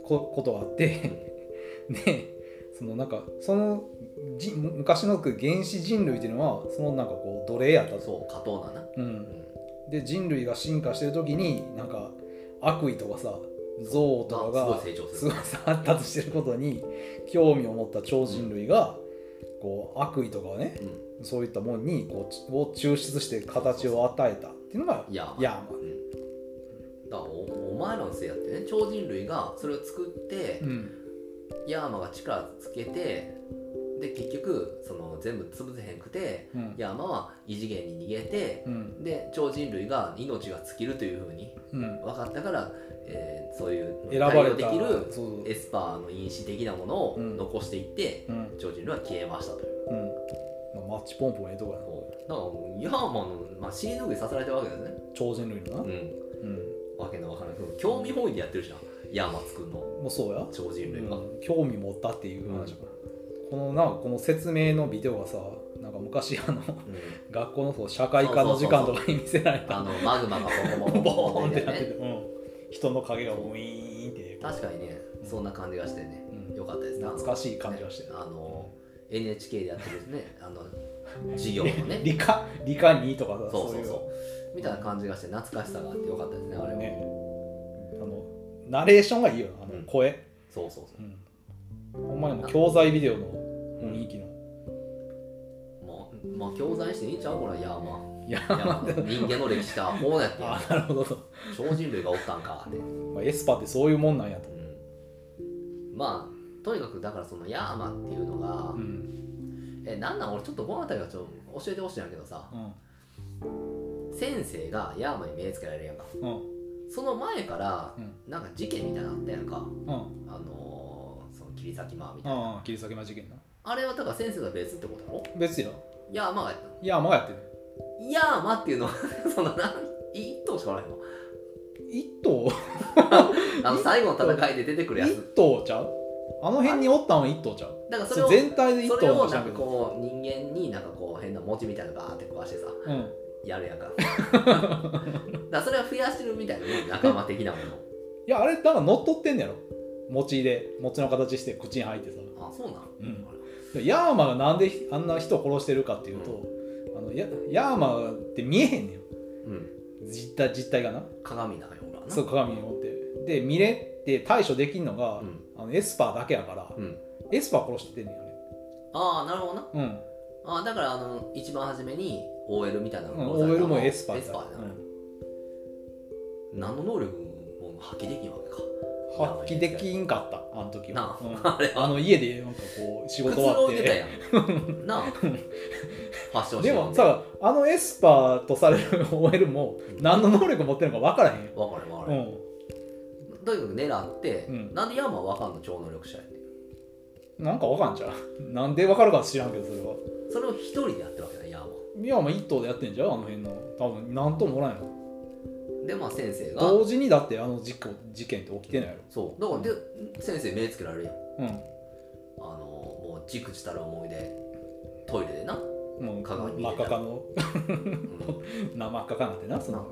こことがあって でそのなんかそのじ昔の原始人類っていうのはそのなんかこう奴隷やったと、そう、加藤なな。う、うんん。で人類が進化してる時になんか悪意とかさ憎悪とかまあがすごい成長すするごい発達してることに興味を持った超人類がこう悪意とかをねうん。そういったもんにこうちを抽出して形を与えたっていうのがヤーマン。ヤーマンうんだからおお前らのせいやってね超人類がそれを作って、うんヤーマが力つけてで結局その全部潰せへんくてうんヤーマは異次元に逃げてうんで超人類が命が尽きるというふうにうん分かったから、えーそういう選ばれたできるそうエスパーの因子的なものをうん残していって、うん超人類は消えましたという。うんまあマッチポンプもええとこやなそうだからもうヤーマの、まあ、尻拭いさせられてるわけですね。超人類のなううんん。わけのわからない。興味本位でやってるじゃん。ヤーマ作るのもうそうや超人類が。うん興味持ったっていう話かなこのなんかこの説明のビデオがさなんか昔あのう ん学校のそう社会科の時間とかに見せられあたのマグマがボコボコボボコーンっっててなってねて、うん、人の影がウィーンって確かにねうんそんな感じがしてねうん良かったですね懐かしい感じがしてあの NHK でやってるねあの授業のね 理科理科2とかさそうそういそうみたいな感じがして懐かしさがあって良かったですねあれはねあのナレーションがいいよなあうのん声、そうそうそうんほんまにもう教材ビデオの雰囲気の、うもうまあ教材にしていいんちゃうこれヤーマいやヤ ーマの人間の歴史とはこうやってあなるほど、超人類がおったんかってまあ、エスパーってそういうもんなんやと、うんまあとにかくだからそのヤーマっていうのが、んえなんなん俺ちょっとこの辺りはちょっと教えてほしいんやけどさうん先生がヤーマに目つけられるやんかうんその前からうんなんか事件みたいなのあったやんかうんあのー、その切り裂きマーみたいなああ切り裂け間事件なあれはだから先生が別ってことやろ別やヤーマがやったのいやまあやってるヤーマっていうのは その何一頭しかおらへんの一頭あの一頭最後の戦いで出てくるや一つ頭ちゃうあの辺におったんは一頭ちゃうだからそれを全体で一そ頭れをちなんかゃうけどこう人間になんかこう変な餅みたいなのバーって壊してさうんやるやん かだからそれは増やしてるみたいなもん仲間的なもいやあれだから乗っ取ってんねやろ餅で餅の形して口に入ってさのあそうなの、うんでヤーマがなんであんな人を殺してるかっていうと、あのやヤーマって見えへんねんようん、実体実体がな鏡の中におるわなそう鏡に持ってで見れって対処できんのが、うんあのエスパーだけやから、うん、エスパー殺してんねんあああなるほどなれうんあーだからあの一番初めに OL みたいなのがう殺んされた OL のもはエスパーエスパーだだ、な、うん何の能力も発揮できんわけか発揮できんかったあの時は、う んなああれあの家でなんかこう仕くつ事終ろわっいでたてやん なあファッションしてでるももんねさあのエスパーとされる OL もうん何の能力持ってるのか分からへんよ、わかるわうかる、ん、とにかく狙って、うんなんでヤーマはわかんの超能力者やってなんかわかんじゃん。なんでわかるか知らんけど、それは。それを一人でやってるわけだヤーマいや、まあ、一頭でやってんじゃん、あの辺の。多分なんともおらんよ。でまあ先生が同時にだって、あの事故事件って起きてないやろ。そうだからで先生目つけられるやんうあのもうじくじたる思いでトイレでな、ん。もう、鏡見て真っ赤かの、うんな真っ赤かなってな、その、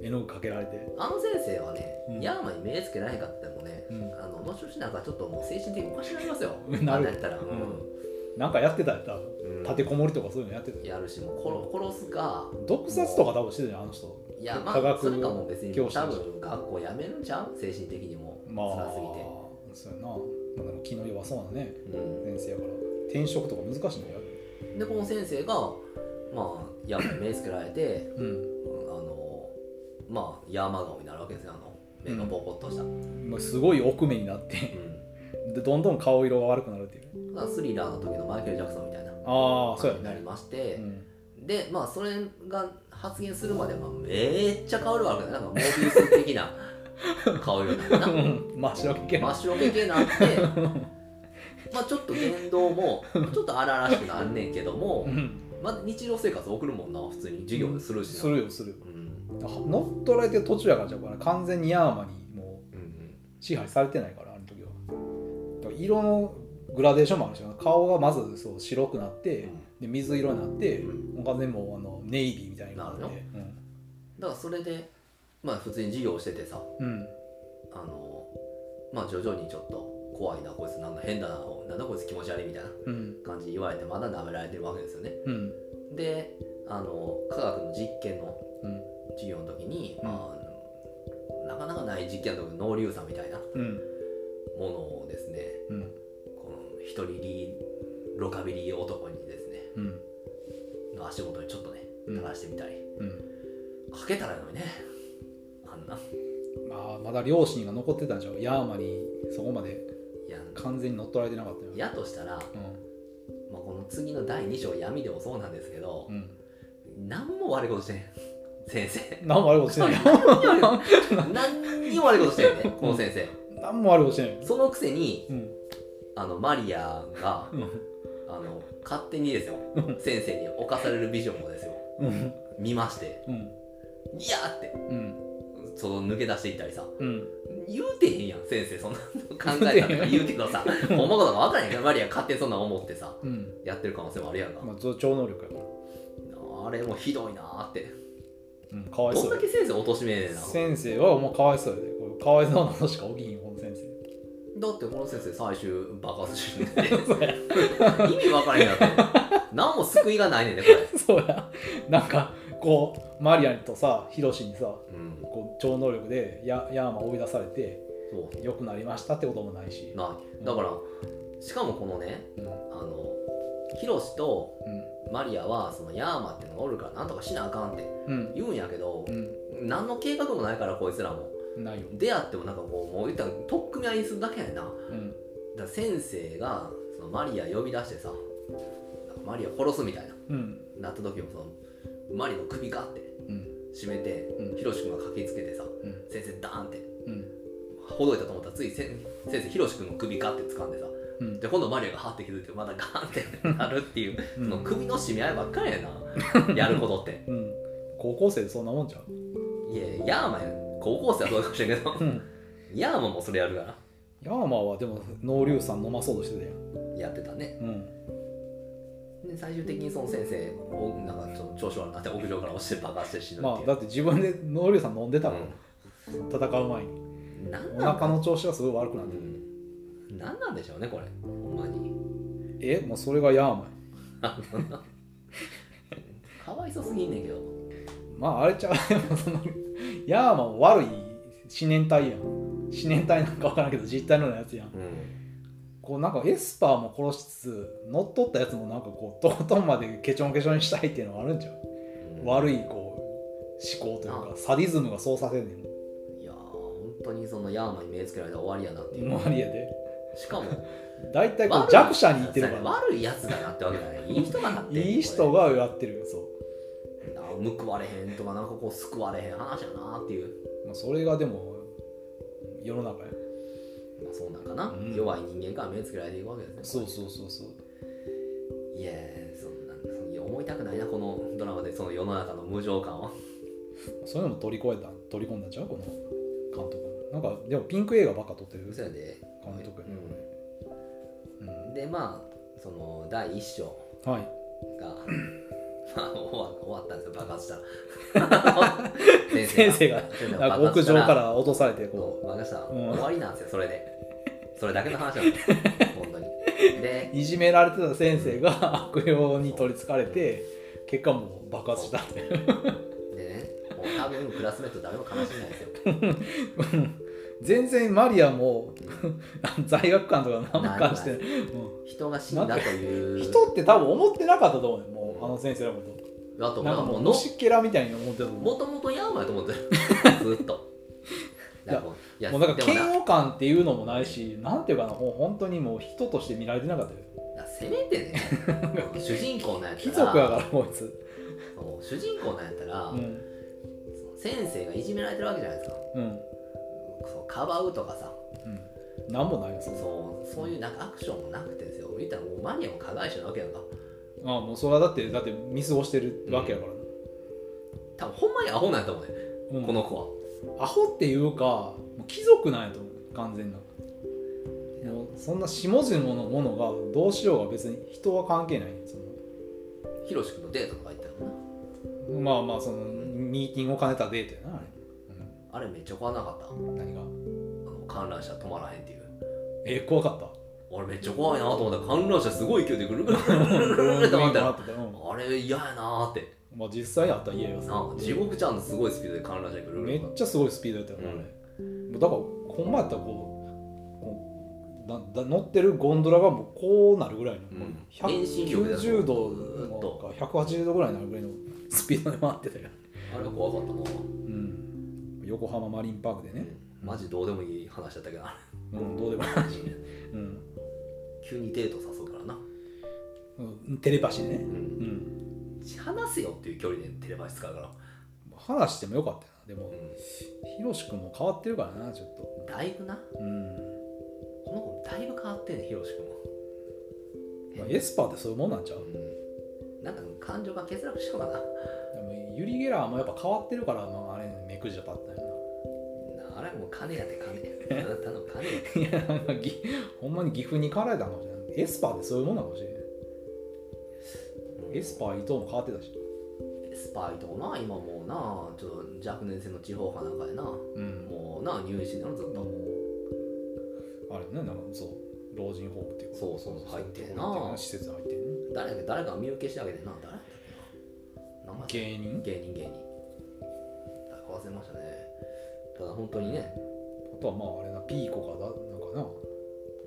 絵の具かけられて。あの先生はね、うんヤーマに目つけられへんかったらもうね、うんあの後々なんかちょっともう精神的におかしくなりますよ なあんるなやったら、うんなんかやってたやったら、うん立てこもりとかそういうのやってたよ。やるしもう殺殺すか毒殺とか多分してたじゃん、あの人。いやま科あ学それかも別に多教師の人分学校やめるんちゃう精神的にもまあ、辛すぎそうやな。まあ、でも気の弱そうなね、て、う先生やから。転職とか難しいのやる。ん、でこの先生がまあヤーマに目つけられてうん。うんあのまあヤーマ顔になるわけですよあの目がボコッとした、うんまあ、すごい奥目になって、でどんどん顔色が悪くなるっていう。だからスリラーの時のマイケル・ジャクソンみたいなああ、そ感うやじになねり。まして、うんでまあそれが発言するまではまあめっちゃ変わるわけだなんかモービウス的な顔色だなうん真っ白け真っ白け系になってまあちょっと言動もちょっと荒々しくなんねんけどもう、んまあ、日常生活送るもんな普通に授業でするしなするよするようん乗っ取られてる途中やからじゃうから完全にヤーマにもうんうんう支配されてないからあの時はだから色のグラデーションもあるし顔がまずそう白くなって、で水色になって、うんもう完全にもうあのネイビーみたいになってなるよだからそれでまあ普通に授業しててさうん、うんあのまあ徐々にちょっと怖いなこいつなんだ変だななんだこいつ気持ち悪いみたいなうん感じに言われてまだ舐められてるわけですよねうんであの科学の実験のうん授業の時に、うんまあ、なかなかない実験の時の濃硫酸みたいなもうんのをですねうんこの一人リロカビリー男にですねうんの足元にちょっとねうん垂らしてみたり、うんかけたらいいのにねあんなまああまだ両親が残ってたんでしょヤーマにそこまでいや完全に乗っ取られてなかったよやとしたら、まあ、この次の第2章闇でもそうなんですけどうん、うん、何も悪いことしてへん先生何も悪いことしてない 何にも悪いことしてへんねこの先生何も悪いことしてないそのくせにうんあのマリアがうんあの勝手にですよ先生に侵されるビジョンをですようん見ましてうんいやーってうんその抜け出していったりさうん言うてへんやん先生そんなの考えたとか言うけどさ思うことが分からへんからマリア勝手にそんなん思ってさうんやってる可能性もあるやんか、まあ超超能力やから、あれもひどいなーってうん、かわいどそんだうけ先生貶としめねえな先生はもうかわいそうやでこれかわいそうなことしか起きひんこの先生だってこの先生最終爆発してるんで意味分からへんやろ何も救いがないねんねこれ、そうやなんかこうマリアとさヒロシにさうん、こう超能力でヤヤーマ追い出されてそ良くなりましたってこともないしうないだからしかもこのねうんあのヒロシとうんマリアはそのヤーマってのがおるからなんとかしなあかんってうん言うんやけどう、ん何の計画もないからこいつらもないよ、出会ってもなんかこうもう言ったらとっくみ合いにするだけやねんなだかうん、ら先生がそのマリア呼び出してさなんかマリア殺すみたいなうんなった時もそのマリアの首ガってうん締めてうんヒロシ君が駆けつけてさうん先生ダーンってうんほどいたと思ったらついせん先生ヒロシ君の首ガって掴んでさうんで今度マリアがハッて気づいてまたガーンってなるっていうその首の締め合いばっかりや なやることってうん高校生でそんなもんじゃん、いやヤーマや高校生はそうかもしれんけど ヤーマもそれやるからヤーマはでも濃硫酸飲まそうとしてたやんやってたねうんで最終的にその先生をなんかちょっと調子悪くなって屋上から落ちて爆発して死ぬってまいあう、だって自分で濃硫酸飲んでたから、戦う前にうんなんおなん腹の調子がすごい悪くなうってる、んなんなんでしょうねこれほんまに えもうそれがヤーマやかわいそすぎんねんけどまああれちゃうそのヤーマも悪い四年体やん四年体なんかわからんけど実体のようなやつやんうんこうなんかエスパーも殺しつつ乗っ取ったやつもなんかこうとことんまでケチョンケチョンにしたいっていうのはあるんじゃん悪いこう思考というかサディズムがそうさせんねんいやー本当にそのヤーマに目つけられたら終わりやなっていう、周りやでしかも大体こ悪うい弱者に言ってるから悪いやつだなってわけじゃないいい人がなってんねんいい人こがやってるそれな報われへんとかなんかこう救われへん話やなっていうう、まあ、それがでも世の中やまあそうなんかな、うん弱い人間から目つけられていくわけですねそうそうそうそういやーそんなそんいや思いたくないなこのドラマでその世の中の無情感はそういうのも取り越えた取り込んだんちゃうこの監督もなんかでもピンク映画ばっか撮ってるそやで監督やね、うん、でまあその第一章うん、はいが まあ終わ終わったんですよ爆発した ら先生が先生なんか爆屋発した上から落とされてこそう爆発したらうん終わりなんですよそれでそれだけの話なんですよ本当にでういじめられてた先生が悪用に取りつかれて結果もう爆発したってでねもう多分クラスメート誰も悲しんでないですよ全然マリアも 罪悪感とか何も感じてない、人が死んだとうん、いう人って多分思ってなかったと思うねもうあの先生のことだとなんかももううの虫けらみたいに思ってたと思もうともとヤーマやと思ってる ずっといやこういやもうなんかでもな嫌悪感っていうのもないしなんていうかなもう本当にもう人として見られてなかったよいやせめて ね主人公なんや貴った族やらからこいつそう主人公なんやったら、うんその先生がいじめられてるわけじゃないですかうんそうかばうとかさうんなんもないよそんなそうそういうなんかアクションもなくてですよ言ったらもうマリアも加害者なわけやんかああもうそれはだってだって見過ごしてるわけやからね、多分ほんまにアホなんやと思うね、うんこの子はアホっていうかもう貴族なんやと思う完全なもうそんな下々のものがどうしようが別に人は関係ないそヒロシ君のデートとか行ったのなのまあまあそのミーティングを兼ねたデートやなああれめっちゃ怖なかったあれ、うん、何がの観覧車止まらへんっていうえ 怖かった俺めっちゃ怖いなと思ったら観覧車すごい勢いでぐるぐ るぐるぐるぐるぐるって回ったらうんあれ嫌やなーってまあ実際あった家よなあ地獄ちゃんのすごいスピードで観覧車ぐるぐめるっちゃすごいスピードやったよ、ねあれだからほんまやったらこうこうだだ乗ってるゴンドラがもうこうなるぐらいの、うん遠心力で190度ずっとか180度ぐらいになるぐらい のスピードで回ってたよ、あれは怖かったなうん、横浜マリンパークでね、うマジどうでもいい話だったけどなうん、どうでもいい話、うん急にデート誘うからな、うん、テレパシーねう、、うんん、話すよっていう距離でテレパシー使うから、話してもよかったよなでもうひろし君も変わってるからなちょっとん、だいぶなうん、この子だいぶ変わってんねひろしくんもまあ、エスパーってそういうもんなんちゃううんなんか感情が欠落しようかなでもユリ・ゲラーもやっぱ変わってるから、まあ、あれ目くじだったんやなあれもう金やで金あなたの金やでないやなんか ぎほんまに岐阜に帰られたのかもしれないエスパーってそういうもんなのかもしれないエスパー伊藤も変わってたしエスパーいとこな今もうなちょっと若年性の地方かなんかでなもうんもうな入院してんのずっうとあれねなんかそう老人ホームっていうかそうそう入ってんなそういう施設入ってんね誰か誰か身受けしてあげてな誰だっけな名前芸人芸人芸人だから忘れましたねただ本当にねあとはまああれなピーコがだなんかな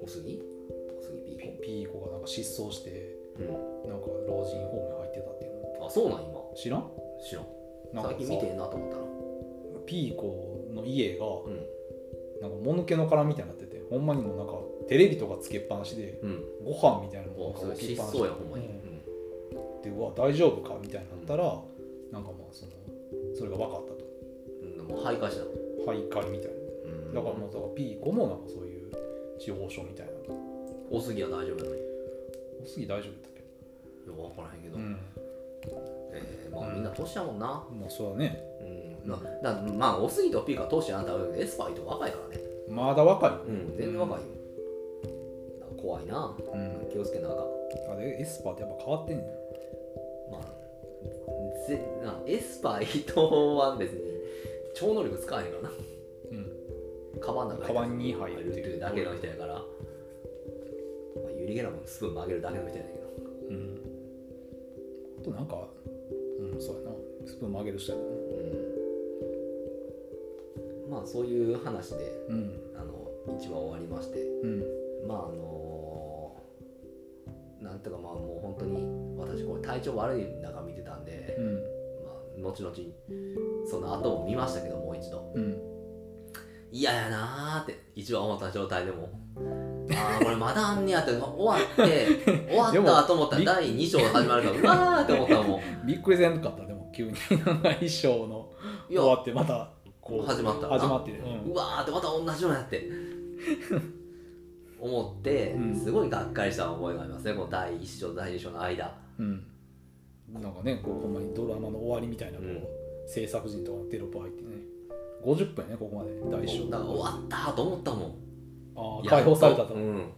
おすぎおすぎピーピーコがなんか失踪してコうなんか老人ホームに入ってたっていうのんあそうなん今知らん知らんなんか最近見てんなと思ったらピーコの家がうんなんかもぬけの殻みたいになっててほんまにもうなんかテレビとかつけっぱなしでうんご飯みたいなのももうなそんかれ置きっ失ぱなし踪やほんまに、ううんでうわ大丈夫かみたいになったら、なんかまあそのそれが分かったとうん、もう徘徊したの徘徊みたいうんなだからもうだからピーコもなんかそういう地方症みたいな多すぎは大丈夫やのにおすぎ大丈夫だったっけよく分からへんけど、うんえーまあうんみんな年やもんなまあそれはねうん、まあだまあ多すぎとピーカは年やなったわけでエスパーいと若いからねまだ若いようん全然若いよ、だから怖いなうん気をつけなあかんあれエスパーってやっぱ変わってんねんまあぜなエスパー伊藤は別に超能力使わへんからなうんカバンの中カバンに入るるっってていいううだけの人やから、まあ、ユリゲラもスプーン曲げるだけの人やねんけどうんあとなんかうんそうやなスプーン曲げる人やなうんまあそういう話でうんあの1話終わりましてうんまああのなんとかまあもう本当に私これ体調悪い中見てたんで、うんまあ、後々その後も見ましたけどもう一度うん嫌やなーって一話終わった状態でもああこれまだあんねやって終わって 終わったと思ったら第2章始まるからうわーって思った もんびっくりせんかったでも急に なんか衣装のい終やわってまたこう始まったな始まってる、うんうわーってまた同じようなやって思ってうんすごいがっかりした覚えがありますねこの第1章と第2章の間うん、なんかねこうほんまにドラマの終わりみたいなこう、うん制作陣とかのテロップ入ってね50分やねここまで大も小うだから終わったーと思ったもんあーやっ解と放されたとう思う、んうん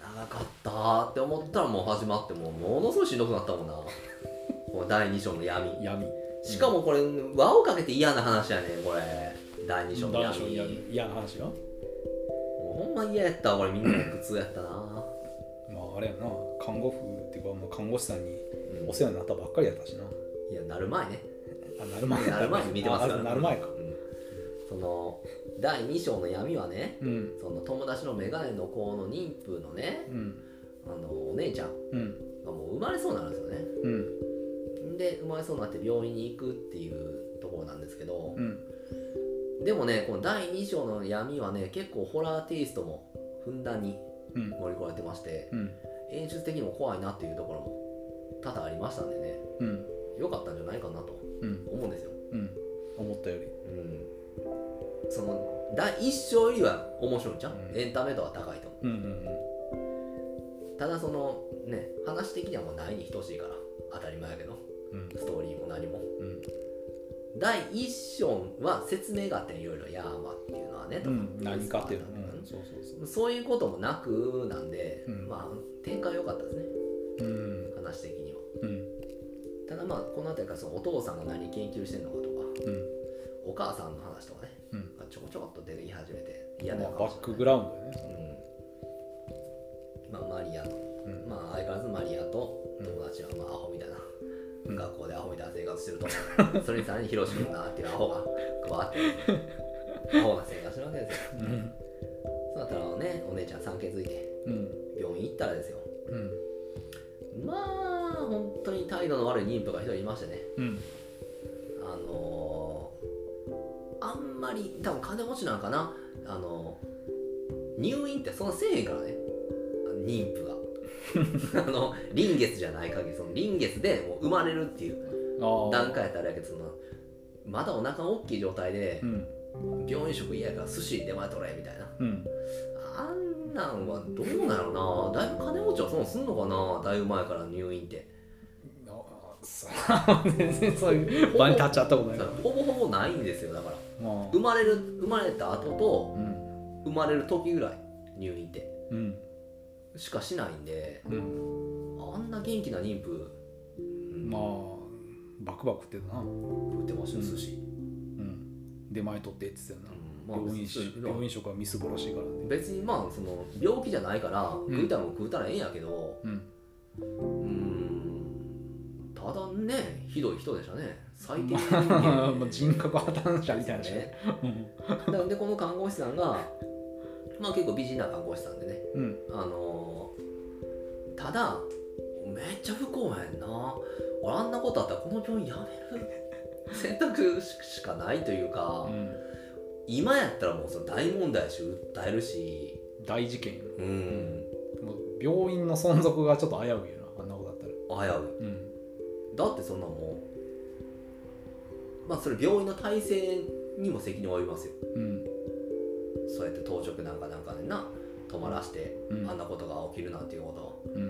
長かったーって思ったらもう始まってもうものすごいしんどくなった もんなこの第2章の闇闇しかもこれ輪をかけて嫌な話やねこれ第2章の大闇小闇嫌な話よもうほんま嫌やったわこれみんな苦痛やったな、まああれやな看護婦っていうかもう看護師さんにうんお世話になったばっかりやったしな、いやなる前ねあなる前なる前に見てますからあなる前かうんその第2章の闇はねうんその友達のメガネの子の妊婦のねうんあのお姉ちゃんうんがもう生まれそうなんですよねうんで生まれそうになって病院に行くっていうところなんですけどう、んでもねこの第2章の闇はね結構ホラーテイストもふんだんにうん盛り込まれてましてうん演出的にも怖いなっていうところも多々ありましたんでねうん良かったんじゃないかなとうん思うんですよ、うん思ったよりうん、その第1章よりは面白いんじゃん、うんエンタメ度は高いと思ううんうんただそのね話的にはもうないに等しいから当たり前やけどうんストーリーも何もうん第1章は説明があってんいろいろヤーマっていうのはねとうか、ん何かっていうのそうなんうんですそうそうそよねそういうこともなくなんで、うんまあ展開良かったですねううん話的にはうんただまあこの辺りからそのお父さんが何研究してるのかとかうんお母さんの話とかね、うんがちょこちょこっと出てき始めて嫌なまあ予、感バがしッたねクグラウンドやね。うん、まあマリアうんまあ相変わらずマリアと友達はまあアホみたいな、うん学校でアホみたいな生活してる とそれにさらにヒロシ君なっていうアホが加わってアホな生活してるわけですようんそうなったらねお姉ちゃん産気づいてうん病院行ったらですようんまあ本当に態度の悪い妊婦が一人いましてねうんあのーあんまり多分金持ちなんかなあの入院ってそんなせえへんからね妊婦が あの臨月じゃない限りその臨月でもう生まれるっていうああ段階やったらあれやけどそのまだお腹大きい状態でうん病院食嫌やから寿司出前取れみたいなうんあんなんはどうなのなだいぶ金持ちはそんなんすんのかなだいぶ前から入院ってああそう全然そういう場に立っちゃったことないからほぼほぼないんですよだからあ生まれる生まれた後あとうん生まれる時ぐらい入院ってうんしかしないんでうんあんな元気な妊婦うんまあバクバク食ってたなう食ってましたよ寿司、ん出前取ってって言ってたうよんまなあ病院別食に病院食はみすぼらしいからね別にまあその病気じゃないからん食いたいもん食うたらええんやけどうんうんんただねひどい人でしたね最低 まあ人格破綻者みたいなでしすねねうんなんでこの看護師さんがまあ結構美人な看護師さんでねうんあのーただめっちゃ不幸やんな俺あんなことあったらこの病院やめる選択しかないというか、うん今やったらもうその大問題やし訴えるし大事件うんもう病院の存続がちょっと危ういよなあんなことだった危らううんいだってそんなもうまあそれ病院の体制にも責任を負いますようんそうやって当直なんかなんかでな泊まらしてうんあんなことが起きるなんていうことをうん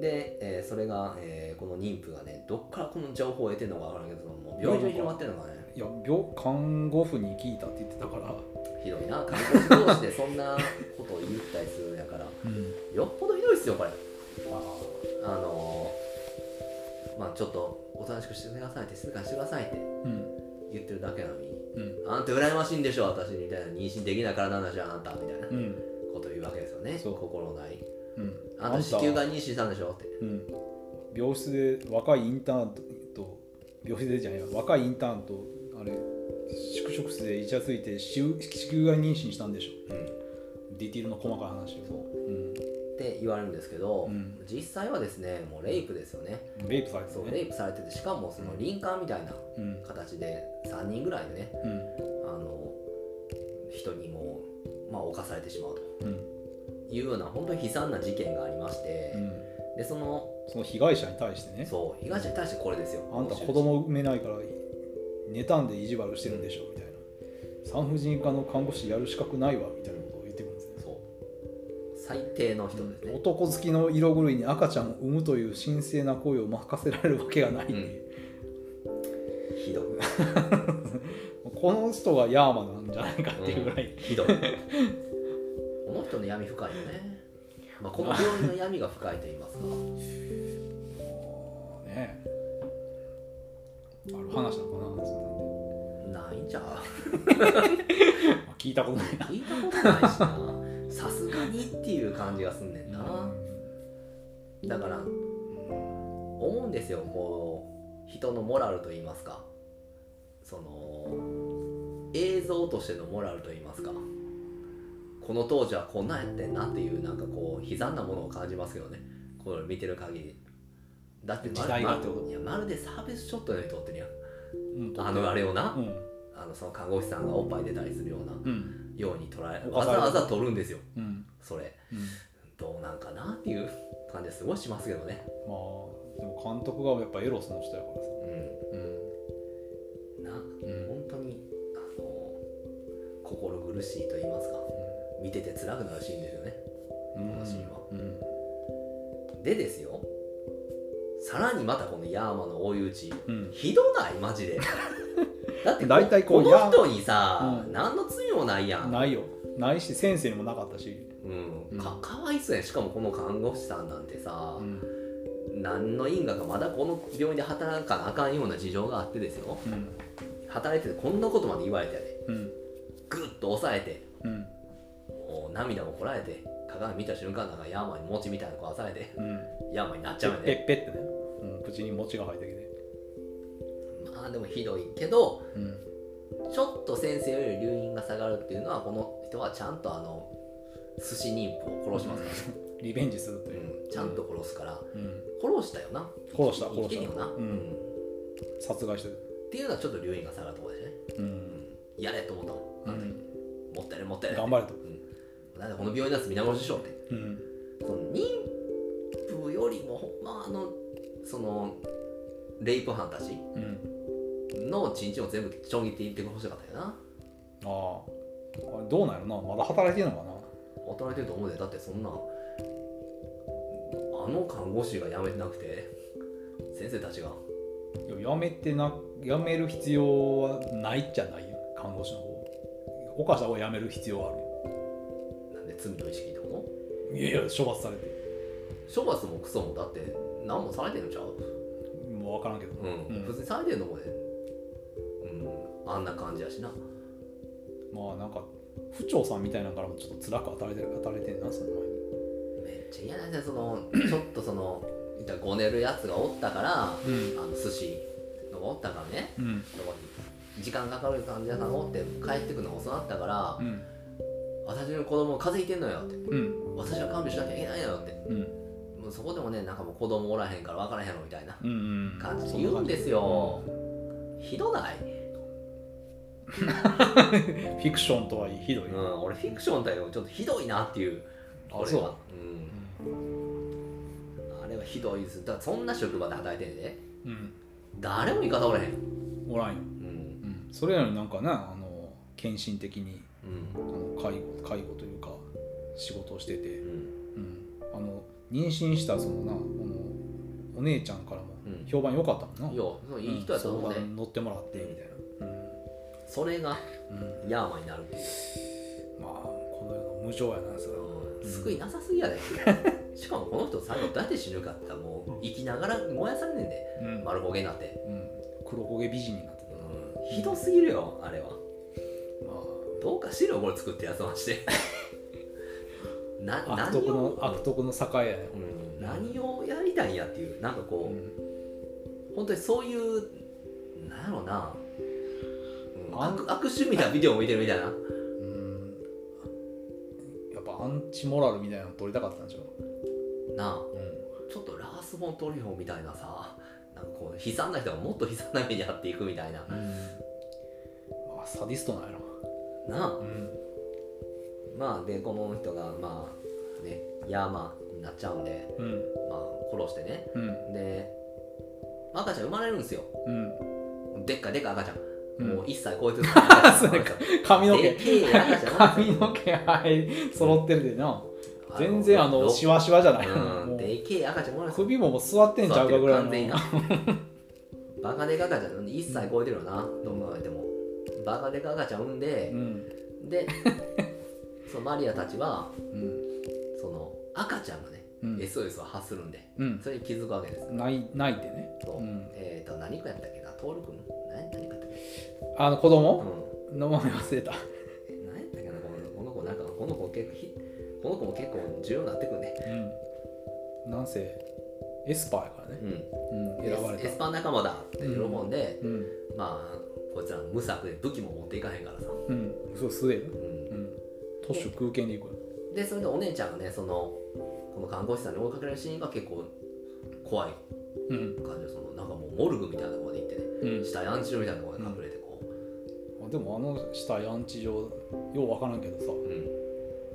で、えーそれが、えーこの妊婦がねどっからこの情報を得てるのか分からんけどそのもう病院中に広まってるのがねいや病看護婦に聞いたって言ってたからひどいな看護師同士でそんなことを言ったりするんやからうんよっぽどひどいっすよこれああのーまあちょっとおとなしくしてくださいって静かにしてくださいってうん言ってるだけなのにうんあんた羨ましいんでしょ私みたいな妊娠できないからなんだじゃんあんたみたいなうんことを言うわけですよねそう心ないうんあんた子宮がん妊娠したんでしょってうん病室で若いインターンと病室でじゃないわ若いインターンとあれ宿直室でイチャついて子宮子宮外妊娠したんでしょうんディティールの細かい話そをううんって言われるんですけど、うん実際はですねもうレイプですよねレイプされてそうたレイねプされててしかもその林間みたいなうん形で3人ぐらいでねうんあの人にもう、まあ、侵されてしまうとうんいうような本当に悲惨な事件がありまして、うんでそのその被害者に対してねそう東に対してこれですよあんた子供産めないから妬んで意地悪してるんでしょみたいな産婦人科の看護師やる資格ないわみたいなことを言ってくるんですねそう最低の人ですね、男好きの色狂いに赤ちゃんを産むという神聖な行為を任せられるわけがないっていう、ひどいこの人がヤーマなんじゃないかっていうぐらい、ひどいこの人の闇深いよね、まあ、この病院の闇が深いと言いますかもうねある話なのかなそないんちゃううなんて聞いたことないな、聞いたことないしなさすがにっていう感じがすんねんな、だからうん思うんですよもう人のモラルと言いますかその映像としてのモラルと言いますかこの当時はこんなんやってんなっていうなんかこう悲惨なものを感じますけどねこれ見てる限りだってまる時代がってことまるいやまるでサービスショットで撮ってるやんうんあのあれをな、うんあのその看護師さんがおっぱい出たりするようなうんように捉え犯わさざれるわざ撮るんですようんそれうんどうなんかなっていう感じはすごいしますけどねまあでも監督がやっぱエロスの人やからさううんなうん本当にあの心苦しいと言いますか見てて辛くなるシーンですよねんこのシーンはうんでですよさらにまたこのヤーマの追い打ちうんひどないマ ジでだって大体こうこヤのー人にさ、うん何の罪もないやんないよないし先生にもなかったしうん、うかんかわいそうやんしかもこの看護師さんなんてさ、うん何の因果かまだこの病院で働かなあかんような事情があってですようん働いててこんなことまで言われてやでうんグッと抑えてうんもう涙もこらえて鏡見た瞬間なんかヤーマンに餅みたいなの食わされて うんヤーマンになっちペゃうよッペ ねッペッってね、うん、口に餅が入ってきてまあでもひどいけどうんちょっと先生より留飲が下がるっていうのはこの人はちゃんとあの寿司妊婦を殺しますかリベンジするとら、いう、うん、ちゃんと殺すからうん、殺したよな殺した生き殺てしるよたな、うん殺害してるっていうのはちょっと留飲が下がるところでね、ううんん、嫌だと思ったもんあの時、もったいないもったいない頑張れと。なんでこの病院なんて見直しでしょうってうん。その妊婦よりもほんまあのそのレイプ犯たちうん。のチンチンを全部ちょん切っていってほしかったよなああ。あれどうなんやろな。まだ働いてんのかな。働いてると思うでだってそんなあの看護師が辞めてなくて先生たちがいややめてなやめる必要はないっちゃないよ看護師の方犯した方がやめる必要はあなんで罪の意識ってこるいやいや処罰されてと処罰もクソもだって何もされてるんちゃうもう分からんけど、うん、うん別にされてるのもね、うん、あんな感じやしなまあなんか府長さんみたいなのからもちょっと辛く働いてる働いてんなその前にめっちゃ嫌なんですよそのちょっとそのいったらごねるやつがおったからあうんの寿司のがおったからねうんそこに時間かかる患者さんがおって帰ってくのが遅なったから、うん私の子供風邪ひいてんのよってうん私は看病しなきゃいけないのよってうんもうそこでもねなんかもう子供おらへんから分からへんのみたいなうん感じで言うんですよひどない、そんな感じフィクションとはいえひどい、うあん、俺フィクションだよちょっとひどいなっていう俺そうは、うん、あれはひどいですだからそんな職場で働いてんでうん、誰も味方おれへんおらんよ、うんうん、それなのになんかなあの献身的にうんあの介護介護というか仕事をしてて、うんうん、あの妊娠したそのなあのお姉ちゃんからもうん評判良かったもんな、いやそういい人やと思うね、相談乗ってもらってみたいな、それがうんうんヤーマになるっていう、まあこの世の無情やなそれはうん救いなさすぎ やで、しかもこの人最後どうやって死ぬかって言ったらもう生きながら燃やされねんでうん丸焦げになって、うん、黒焦げ美人になってた、うん、ひどすぎるよあれはまどうかしてるよこれ作ってやつましてなあ、悪何徳のを悪徳の境やね、うん、何をやりたいんやっていうなんかうこう、ん本当にそういうなんやろうな、うん、あ悪悪趣味なビデオを見てるみたいなうん、やっぱアンチモラルみたいなの撮りたかったんでしょなあう、うん、ちょっとラース・ボン・トリオみたいなさなんかこう悲惨な人がもっと悲惨な目に遭っていくみたいな、まあサディストなんやなあろ、うんまあでこの人がまあねヤーマンになっちゃうんで、うんまあ、殺してねうんで赤ちゃん生まれるんですようんでっかいでっかい赤ちゃん、うんもう1歳超えてるそうか 髪のでっ毛けえ赤ちゃんなんです髪よの毛はい揃ってるでなあの全然あのろシワシワじゃない、うもん、うでけえ赤ちゃんもら首ももう 座ってんちゃうかぐらいの完全になバカデカ赤ちゃんなんで1歳超えてるよなどう考えてもバカデカ赤ちゃん産んでう、んで そのマリアたちはうんその赤ちゃんがね、うん SOS を発するんでうんそれに気づくわけです泣い泣いてねそう、うんえっ、と何かやったっけなトール君何何かやったっけあの子うん供の名前忘れたえ何やったっけなこのこの子なんかこの子結構ひこの子も結構重要になってくるねうんなんせエスパーやからね、うんうん、選ばエれスエたスパー仲間だって喜んで、うんまあこいつら無策で武器も持っていかへんからさ、うんそうすげえうんうん都市空間で行くよでそれでお姉ちゃんがねそのこの看護師さんに追いかけられるシーンが結構怖いうん感じでそのなんかもうモルグみたいなとこまで行ってねうん死体安置所みたいなとこまで隠れてこあでもあの死体安置所よう分からんけどさう、うん、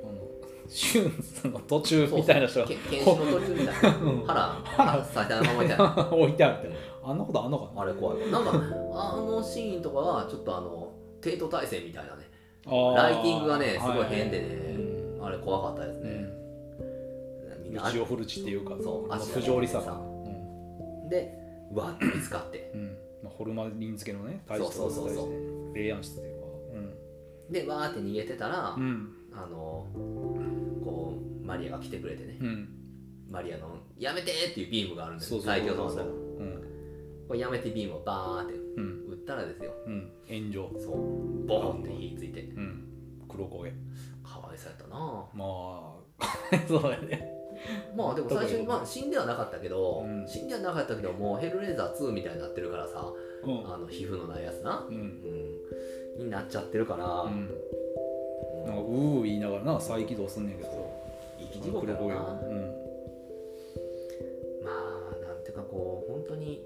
あのシュンさんの途中みたいな人がけ検視の途中みたい なうん腹腹最大のままみたいな置いてあるみたいなあんなことあんのかなあれ怖いなんかあのシーンとかはちょっとあの帝都体制みたいなねラあイティングがねすごい変でね、うんあれ怖かったですうね、んみんな道を古地っていうかそうあの足不条理さがさうんでわーって見つかってうんまあホルマリン漬けのねそうそうそうそう霊安室というかでわーって逃げてたら、うんうんあのこうマリアが来てくれてねうんマリアの「やめて!」っていうビームがあるんですそうよそう最そ強うのそ技うがうんこれやめてビームをバーンってうん打ったらですようん炎上そうボーンって火ついてうん黒焦げかわいそうやったなまあ そうだよねまあでも最初に、まあ、死んではなかったけど、うん死んではなかったけどもうヘルレーザー2みたいになってるからさうんあの皮膚のないやつなううんんになっちゃってるから、ううんんなんかうー言いながらな再起動すんねんけどさ生き地獄やろなうんまあなんていうかこう本当に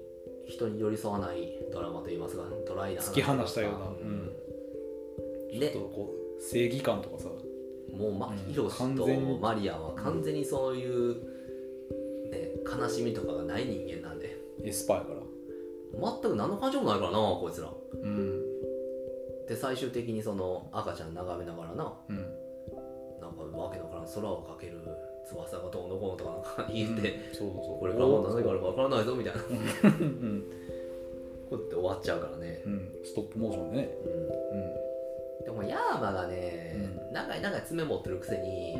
人に寄り添わないドラマといいますかドライな突き放したようなうんちょっとこう正義感とかさもう、まうん、ヒロシ完と全にマリアは完全にそういう、ね、悲しみとかがない人間なんでエスパーやから全く何の感情もないからなこいつらうんで最終的にその赤ちゃん眺めながらなうんなんかわけのわからん空をかける翼がどうのこうのとかなんか言って、うんそうそうそうこれからも何があるかわからないぞみたいなこうんうやって終わっちゃうからねうんストップモーションでねうんでもヤーマがね、うん長い長い爪持ってるくせに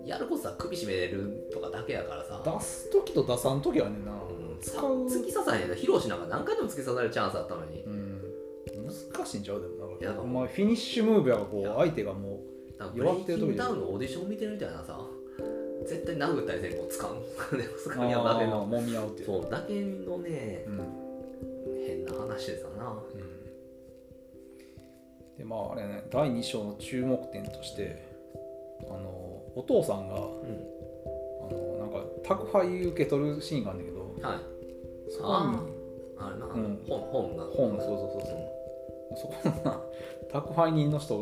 う、んやることは首絞めるとかだけやからさ、出す時と出さん時はねんなうん、使さう突き刺さへんのヒロシなんか何回でも突き刺されるチャンスあったのに、うん難しいんちゃうでもなんいやかまあフィニッシュムービーはこいうや相手がもなんかブレ弱イってキる時ンダウンのオーディション見てるみたいなさ絶対殴ったりせんこうつかんでもつうかみ合うだけのもみ合うっていうそうだけのねう、ん変な話でさなうんでまああれね第2章の注目点としてあのお父さんがあうんのなんか宅配受け取るシーンがあるんだけどはいそこにあああれな、うん本本が本そうそうそうそうそこのな宅配人の人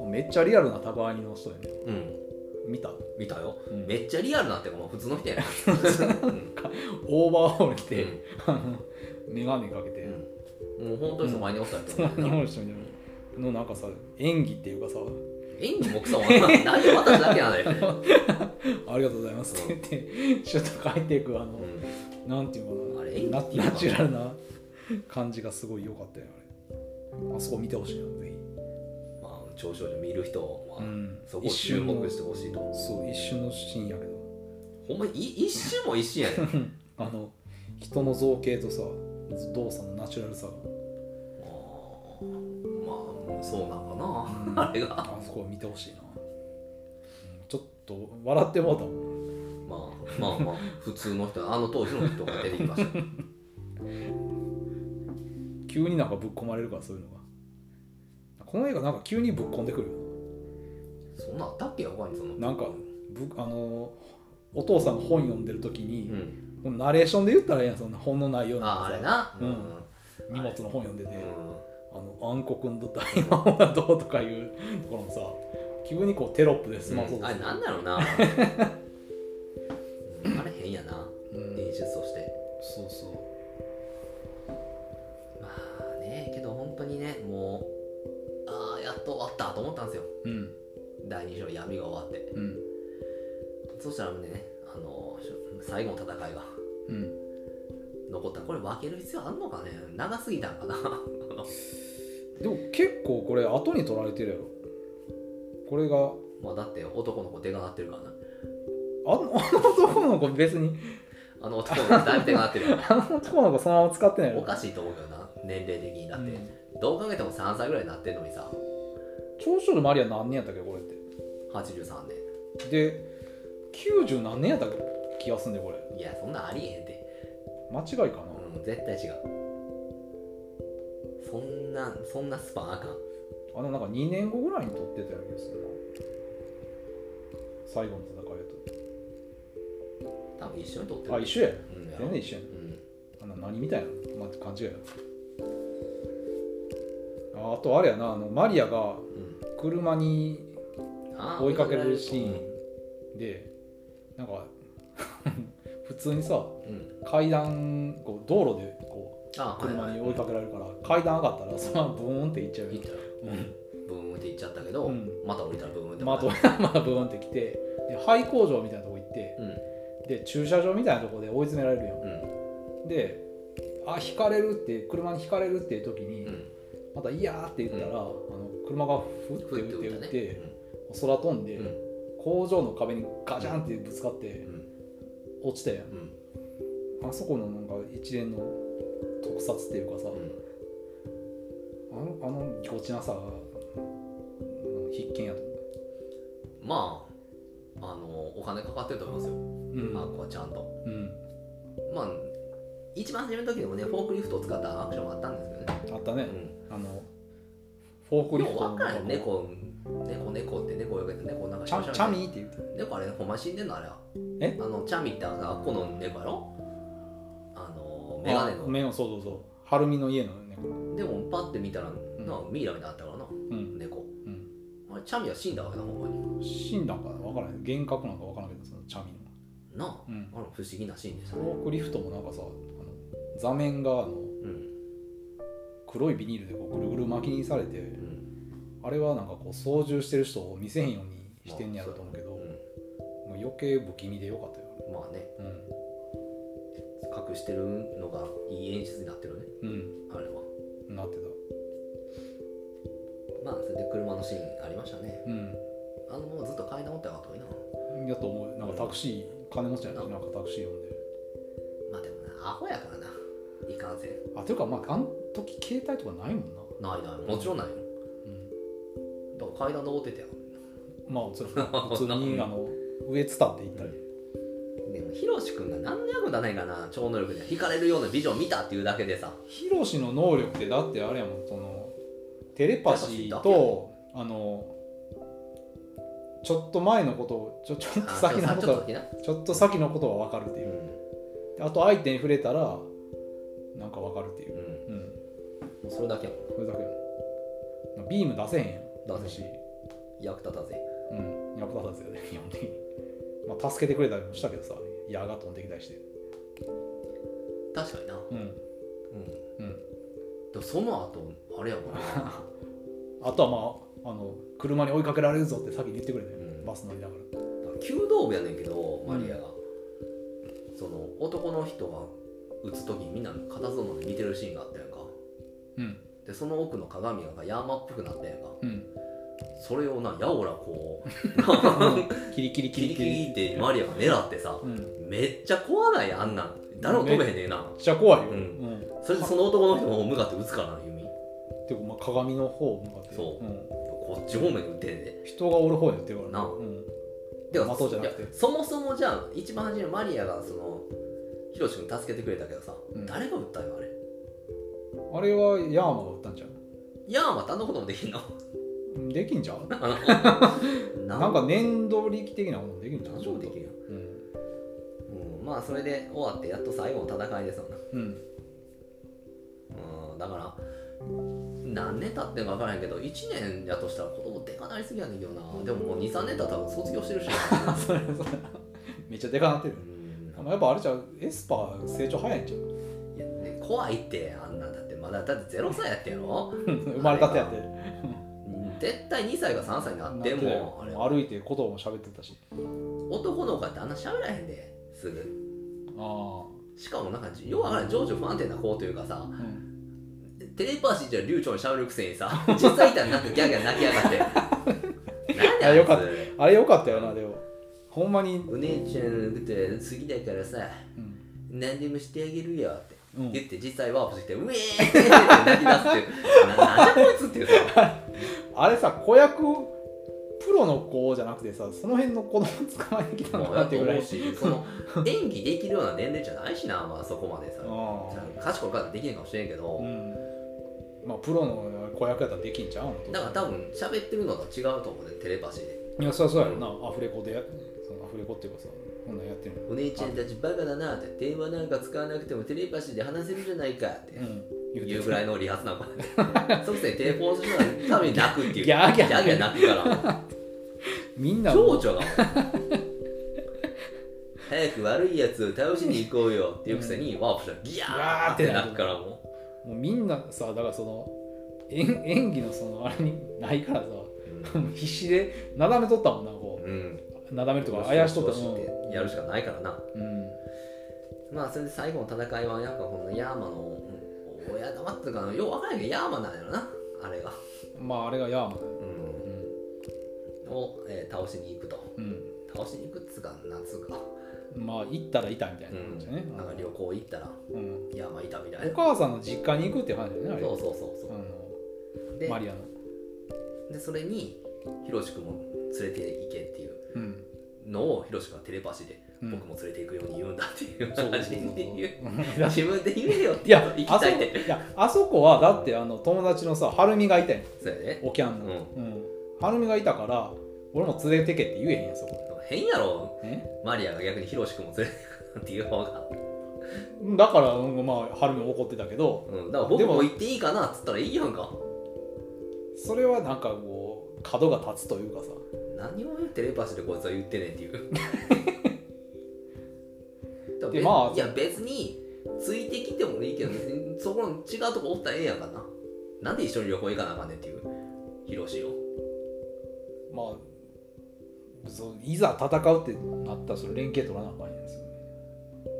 がめっちゃリアルな宅配人の人やねうん、うん、見た、見たようんめっちゃリアルなってこの普通の人やな、 うんオーバーオールで、うんあの眼鏡かけて、うん、もう本当にその前におったりとそか、んなの人みたいなのなんかさ演技っていうかさ「演技もくそもない何で渡すだけ なんだよ、ありがとうござ います」って言ってシュッと帰っていくあの、うなんていうのあかれ演技なっナていうかナチュラルな感じがすごい良かったよあれあそこ見てほしいなぜひ、ん、まあ長少女見る人は、んそこ一を注瞬の目してほしいと思うそう一瞬のシーンやけどほんまにい一瞬も一瞬やねんあの人の造形とさ動作のナチュラルさがまあまあそうなんかなあれが あそこは見てほしいな、うんちょっと笑ってもうたもんまあまあまあ普通の人あの当時の人が出てきましたよ急になんかぶっ込まれるからそういうのがこの映画なんか急にぶっ込んでくるよそんなんあったっけ他にそのなんかぶあのお父さんが本読んでる時うに、んこのナレーションで言ったらいいやんそんな本のないようああなれさなうんうん荷物の本読んでて、うんあの暗黒の大魔王はどうとかいうところもさ急にこうテロップで済まそうとあすれる、なんだろう なうんあれ変やなうん演出としてそうそまあねけど本当にねもうああやっと終わったと思ったんですよううん第2章闇が終わってうんそしたらねあのしょ最後の戦いがうん残ったこれ分ける必要あんのかね長すぎたんかな でも結構これ後に取られてるやろこれがまあだって男の子手がなってるからなあの あの男の子別にあの男の子だいぶ手がなってる よあの男の子そのまま使ってないやおろかしいと思うけどな年齢的にだって、うんどう考えても3歳ぐらいになってんのにさ長所のマリア何年やったっけこれっ83年てで90何年やったっけ気がすんでこれいやそんなんありえへんて間違いかな、うん絶対違うそんなそんなスパンあかんあのなんか2年後ぐらいに撮ってたやつするな最後の戦いや多分一緒に撮ってとるあ一緒やうんやろ全然一緒やうんあの何みたいな、まあ、勘違いやああとあれやなあのマリアがう車にんあー追いかけるシーうんンでなんか 普通にさうん、階段こう道路でこあうーは車いはいに追いかけられるから階段上がったらそのままブーンっていっちゃう行よったらうんブーンって行っちゃったけど、うんまた降りたらブーンってま あ、とまあブーンって来てで廃工場みたいなとこ行ってうんで駐車場みたいなとこで追い詰められるやんうんであ引かれるって車に引かれるっていう時に、うんまた「いやー」って言ったら、あの車がふってふ打っってて打打っ、っててね空飛んで、うん工場の壁にガチャンってぶつかっうてん落ちたやんうんうんあそこのなんか一連の特撮っていうかさ、うあのあのぎこちなさがうん必見やと思んまああのお金かかってると思いますよ、う、うんあんこはちゃんとうん、まあ一番初めの時でもねフォークリフトを使ったアクションもあったんですけどね、あったね、うあのフォークん、でリフもト分のからなんんよかこ猫猫猫って猫よけて猫なんかうしチャましょうチャミーって言って猫あれほんま死んでんのあれはえあのチャミってあのあっこの猫やろあのメガネあのメガネそうそうそう晴海の家の猫でもパッて見たらなうミイラみたいになったからなうん猫チャミは死んだわけだほんまに死んだんかな分からへん幻覚なんか分からんけどそのチャミの、なあうあん、の不思議なシーンでしたクロねークリフトもなんかさあの座面があのうん黒いビニールでこうぐるぐる巻きにされて、うんあれはなんかこう操縦してる人を見せへんようにしてんやろうと思うけうど、もう余計不気味でよかったよ、んまあねう隠してるのがいい演出になってるねんうあれはん、なってた、まあそれで車のシーンありましたねう、あのままずっと階段おったらあか遠いなんやと思うなんかタクシー金持ちじゃないなんかタクシー呼んでまあでもなアホやからないかんせんあていうかまああの時携帯とかないもんな、ないないもちろんないようだから階段登ってたよん、まあそれ普通にあの上伝って行ったり、でもヒロシ君が何の役に立たないかな超能力で惹かれるようなビジョン見たっていうだけでさヒロシの能力ってだってあれやもんそのテレパシーテレパシーだけやとあのちょっと前のことをちょちょっと先のあこちょっとと先なちょっと先のことは分かるってういうんであと相手に触れたらなんか分かるっていううんうんもうそれだけやもんそれだけやんビーム出せへんやん出せへ役立たぜうん役立たずやね基本的にまあ助けてくれたりもしたけどさ矢が飛んできたりして確かになううんんでうんもその後あれや もんなあとはまああの車に追いかけられるぞって先に言ってくれたよ、うんバス乗りながら弓道部やねんけどマリアが、その男の人が打つ時にみんな片相撲で似てるシーンがあったやんかうんでその奥の鏡が山っぽくなったやんかうんそれをなやおらこう キリキリキキリリキキリリってマリアが狙ってさうんめっめっちゃ怖ないあんなん誰も止めへんねんなちゃ怖いよ、ううんんうん、それでその男の人も向かって打つからな弓てかまあ鏡の方向かって、そうんこっち方面に打ってんで人がおる方やってるからなあうん、でまあそうじゃなくていやそもそもじゃあ一番初めマリアがそのヒロシ君助けてくれたけどさ、うん誰が打ったよあれあれはヤーマが打ったんじゃんヤーマってあんなこともで きんのうんできんじゃんななんか粘土力的なものできんじゃん何でもできるよ、うんうん、まあそれで終わってやっと最後の戦いですよね、うん、 うん、だから何年経ってんか分からへんけど1年やとしたら子供でかなりすぎやねんけどなでももう23年経ったら多分卒業してるし、 それそれめっちゃでかなってるう、んまあ、やっぱあれじゃんエスパー成長早いんじゃんいやね、怖いってあんなんだってまだだって0歳やってんやろ 生まれたてやって絶対2歳か3歳になってもあれ歩いて言葉も喋ってたし男の子やってあんな喋らへんですぐあしかもなんかようわからん情緒不安定な子というかさあ、うん、テレパシーじゃ流暢に喋るくせに さ実際いたらなんかギャーギャー泣きやがってなんだあよかっあいあれよかったよなでもほんまに、つお姉ちゃんのこと好きだからさうん何でもしてあげるよってうん言って実際ワープしてうえーって泣き出すっていうななんじゃこいつっていうさあれさ子役プロの子じゃなくてさその辺の子供捕まえてきたのもかうやなっっててぐらい思うしその演技できるような年齢じゃないしな、まあ、そこまでさじゃうあ賢いからできへんかもしれんけど、ん、うん、まあプロの子役やったらできんちゃうだから多分喋ってるのと違うと思うねテレパシーでいやそりゃそうやろなアフレコでやそのアフレコっていうかさこんなんやってる「お姉ちゃんたちバカだな」って「電話なんか使わなくてもテレパシーで話せるじゃないか」っての、うん、言うぐらいいのリハーサルなのか なそうですねテレポーズしたために泣くっていうギャーギャーギャーギャー泣 くかみんらな情緒がもう早く悪いやつを倒しに行こうよっていうくせにワープしたらギャーって泣くからももうみんなさだからその演演技のそのあれにないからさ う、もう必死でなだめとったもんなこうん、うなだめるとかあやしとったもんてやるしかないからなうんまあそれで最後の戦いはなんかこのヤーマの親玉っていうかなよう分からんけどヤーマなんやろなあれが、まああれがヤーマだうよん、を、えー倒しに行くとうん、うん倒しに行くっつうか夏が、まあ行ったらいたみたいうな感じだね、ん、なんか旅行行ったらうんヤーマいたみたいおな母さんの実家に行くっていう話だよねあれそうそうそうそう、あでのマリアのでそれにヒロシ君も連れて行けっていううんのをヒロシ君はテレパシーで、うん僕も連れて行くように言うんだっていうそうそう話そうに言うだって自分で言えよって いや行きあそたいっこていやあそこはだってあの友達のさはるみがいたやんそうやねおきゃんの、うんはるみがいたから俺も連れてけって言えへんやんそこ変やろえマリアが逆にヒロシ君も連れてくっていう方が、だから、うんまあ、はるみも怒ってたけどうん、だから僕も行っていいかなっつったらいいやんかそれはなんかこう角が立つというかさ何をテレパシーでこいつは言ってねんって いうだからでべまあいや別についてきてもいいけど別にそこの違うとこおったらええやんかななんで一緒に旅行行かなあかんねんっていうヒロシをまあそういざ戦うってなったらそれ連携取らなあかんやんですよね、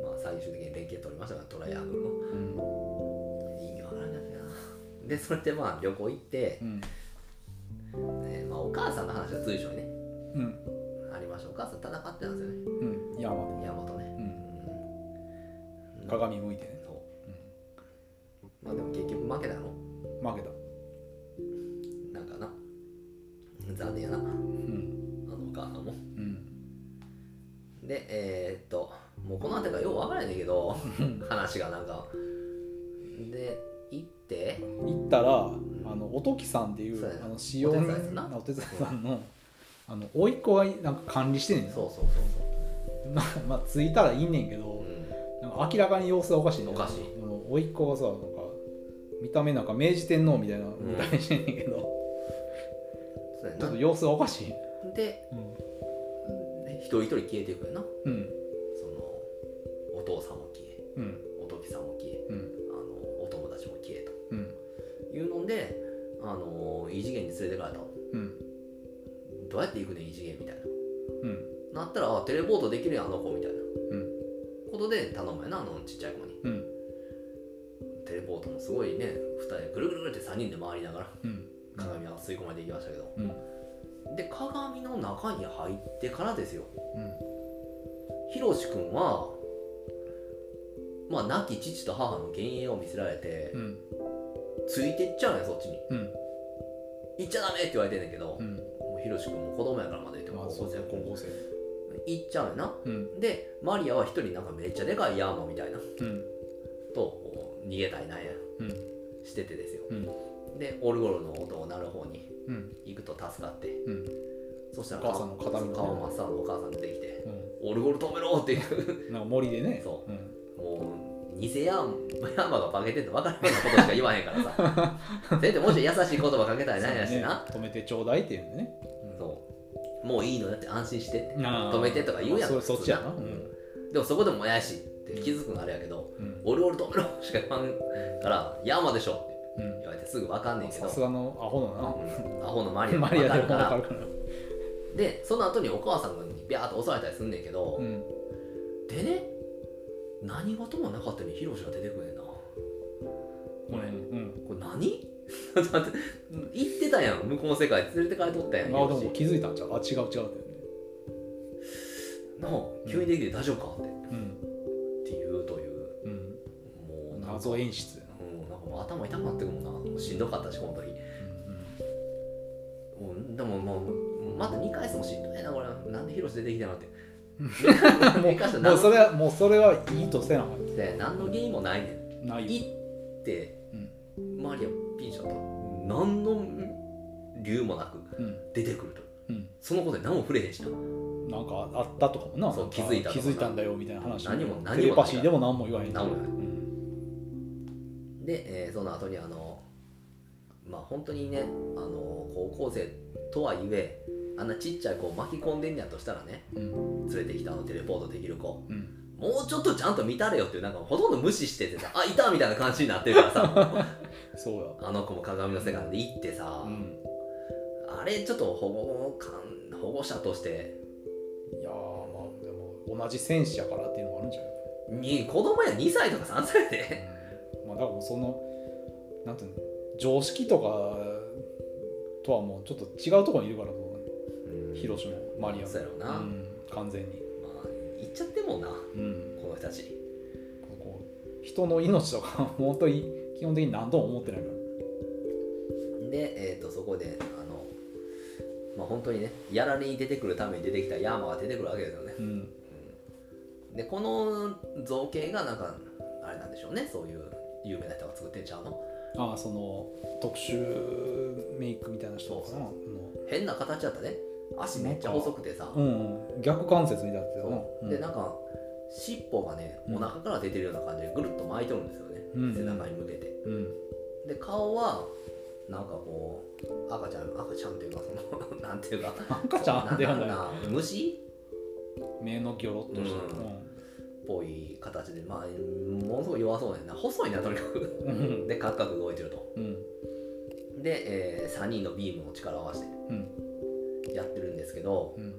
まあ最終的に連携取りましたからトライアングルの意味わからんかったなでそれでまあ旅行行ってう、んえーまあ、お母さんの話が随所にねうんありましたお母さん戦ってたんですよねうんうんヤマト山本ねううんん鏡向いてね、そうまあでも結局負けたのうん、負けたなんかな残念やなあうのんお母さんもうんでえーっともうこの辺りがよう分からないんだけど話がなんかで行って行ったらあのおときさんっていそううやなあの使用人お手伝いさんなお手伝いさんのあの甥っ子がなんか管理してんねんそうそうそう まあまあ着いたらいいねんけど、そう、うなんか明らかに様子がおかしいねおかしいあの甥っ子がさなんか見た目なんか明治天皇みたいな見た目してんねんけど、ん、そうやちょっとな様子がおかしいでうん、一人一人消えていくよなうんそのお父さんも消えうんおときさんも消えうんあのお友達も消えとうんいうのであの異次元に連れてかれたうんどうやって行くねん異次元みたいうんななったらあテレポートできるやんあの子みたいなうんことで頼むやなあのちっちゃい子にうんテレポートもすごいね2人ぐるぐるぐるって3人で回りながらうん鏡は吸い込まれていきましたけど、うんで鏡の中に入ってからですようんひろしくんはまあ亡き父と母の幻影を見せられて、うんついてっちゃうねそっちにうん行っちゃダメって言われてんねんけど、うんもうひろしくんも子供やからまだ言っても高校生やから生行っちゃうねんなうんでマリアは一人なんかめっちゃでかいヤーマみたいなうんとこう逃げたりなんやうんしててですようんでオルゴールの音を鳴る方にうん行くと助かってうんそしたらお母さんの形見顔真っ青のお母さん出てきて「うオルゴール止めろ!」っていうんなんか森でね、そうん、もう偽ヤーヤーマが化けてて分からないようなことしか言わへんからさ せめてもうちょい優しい言葉かけたりなんやしなそうね止めてちょうだいっていうんでねそうもういいのだって安心してってあー止めてとか言うやんそそっちやな普う通んでもそこでも怪しいって気づくのあれやけどう「んオルゴール止めろ!」しか言わんから「ヤーマでしょ!」ってうん言われてすぐ分かんねんけどさすがのアホうんアホのマだリアながマリ分アかるでかも分からるからでその後にお母さんにビャーっと襲われたりすんねんけど、うんでね何事もなかったようにヒロシが出てくんねんなこれ、うんこれ何 だって言ってたやん向こうの世界連れて帰っとったあやんヒでロもシ気づいたんちゃうあ違う違うってねなあ急にできて大丈夫かって、うんっていうといううんもうなんか,、謎演出やなうん、なんかもう頭痛くなってくもんなもうしんどかったしこの時もうでももうまた2回戦もしんどいなこれなんでヒロシ出てきたのって2回戦 もう何そのれはもうそれはいいとせなあかんで何の原因もないねんないよ行って、うマリアピンシャと何の理由もなくうん出てくるとうんそのことに何も触れへんしななんかあったとかもなそうなんか気づいたとかな気づいたんだよみたいな話何も何もないテレパシーでも何も言わへん何もないうんで、えーその後にあのまあ本当にねあの高校生とはいえあんなちっちゃい子を巻き込んでんやとしたらねうん連れてきたあのテレポートできる子うんもうちょっとちゃんと見たれよっていうなんかほとんど無視してて さあいたみたいな感じになってるからさそうやあの子も鏡の世界で行ってさ、うんあれちょっと保護官保護者としていやーまあでも同じ戦士やからっていうのもあるんじゃないに子供や2歳とか3歳でまあ、だからもうそのなんていうの常識とかとはもうちょっと違うところにいるからもう広島マリアもそうやろうな、うまん、完全に、あ行っちゃってもんなこうん、の人たちこう人の命とか本当に基本的に何とも思ってないからで、えー、とそこであのまあ本当にねやられに出てくるために出てきたヤーマが出てくるわけですよね、うんでこの造形がなんかあれなんでしょうねそういう有名な人が作ってんちゃうのああその特殊メイクみたいな人かなそう変な形だったね足めっちゃ細くてさ、うん、うん、逆関節みたいになってたなそううんでなんか尻尾がねお腹から出てるような感じでぐるっと巻いてるんですよね、うん背中に向けてうんで顔はなんかこう赤ちゃん赤ちゃんっていうかその なんていうか赤ちゃんではないな虫目のギョロっとした、っぽい形でまあものすごい弱そうだよな細いなとにかくうんうんでカクカク動いてるとうんで、えー3人のビームの力を合わせうんてやってるんですけどうん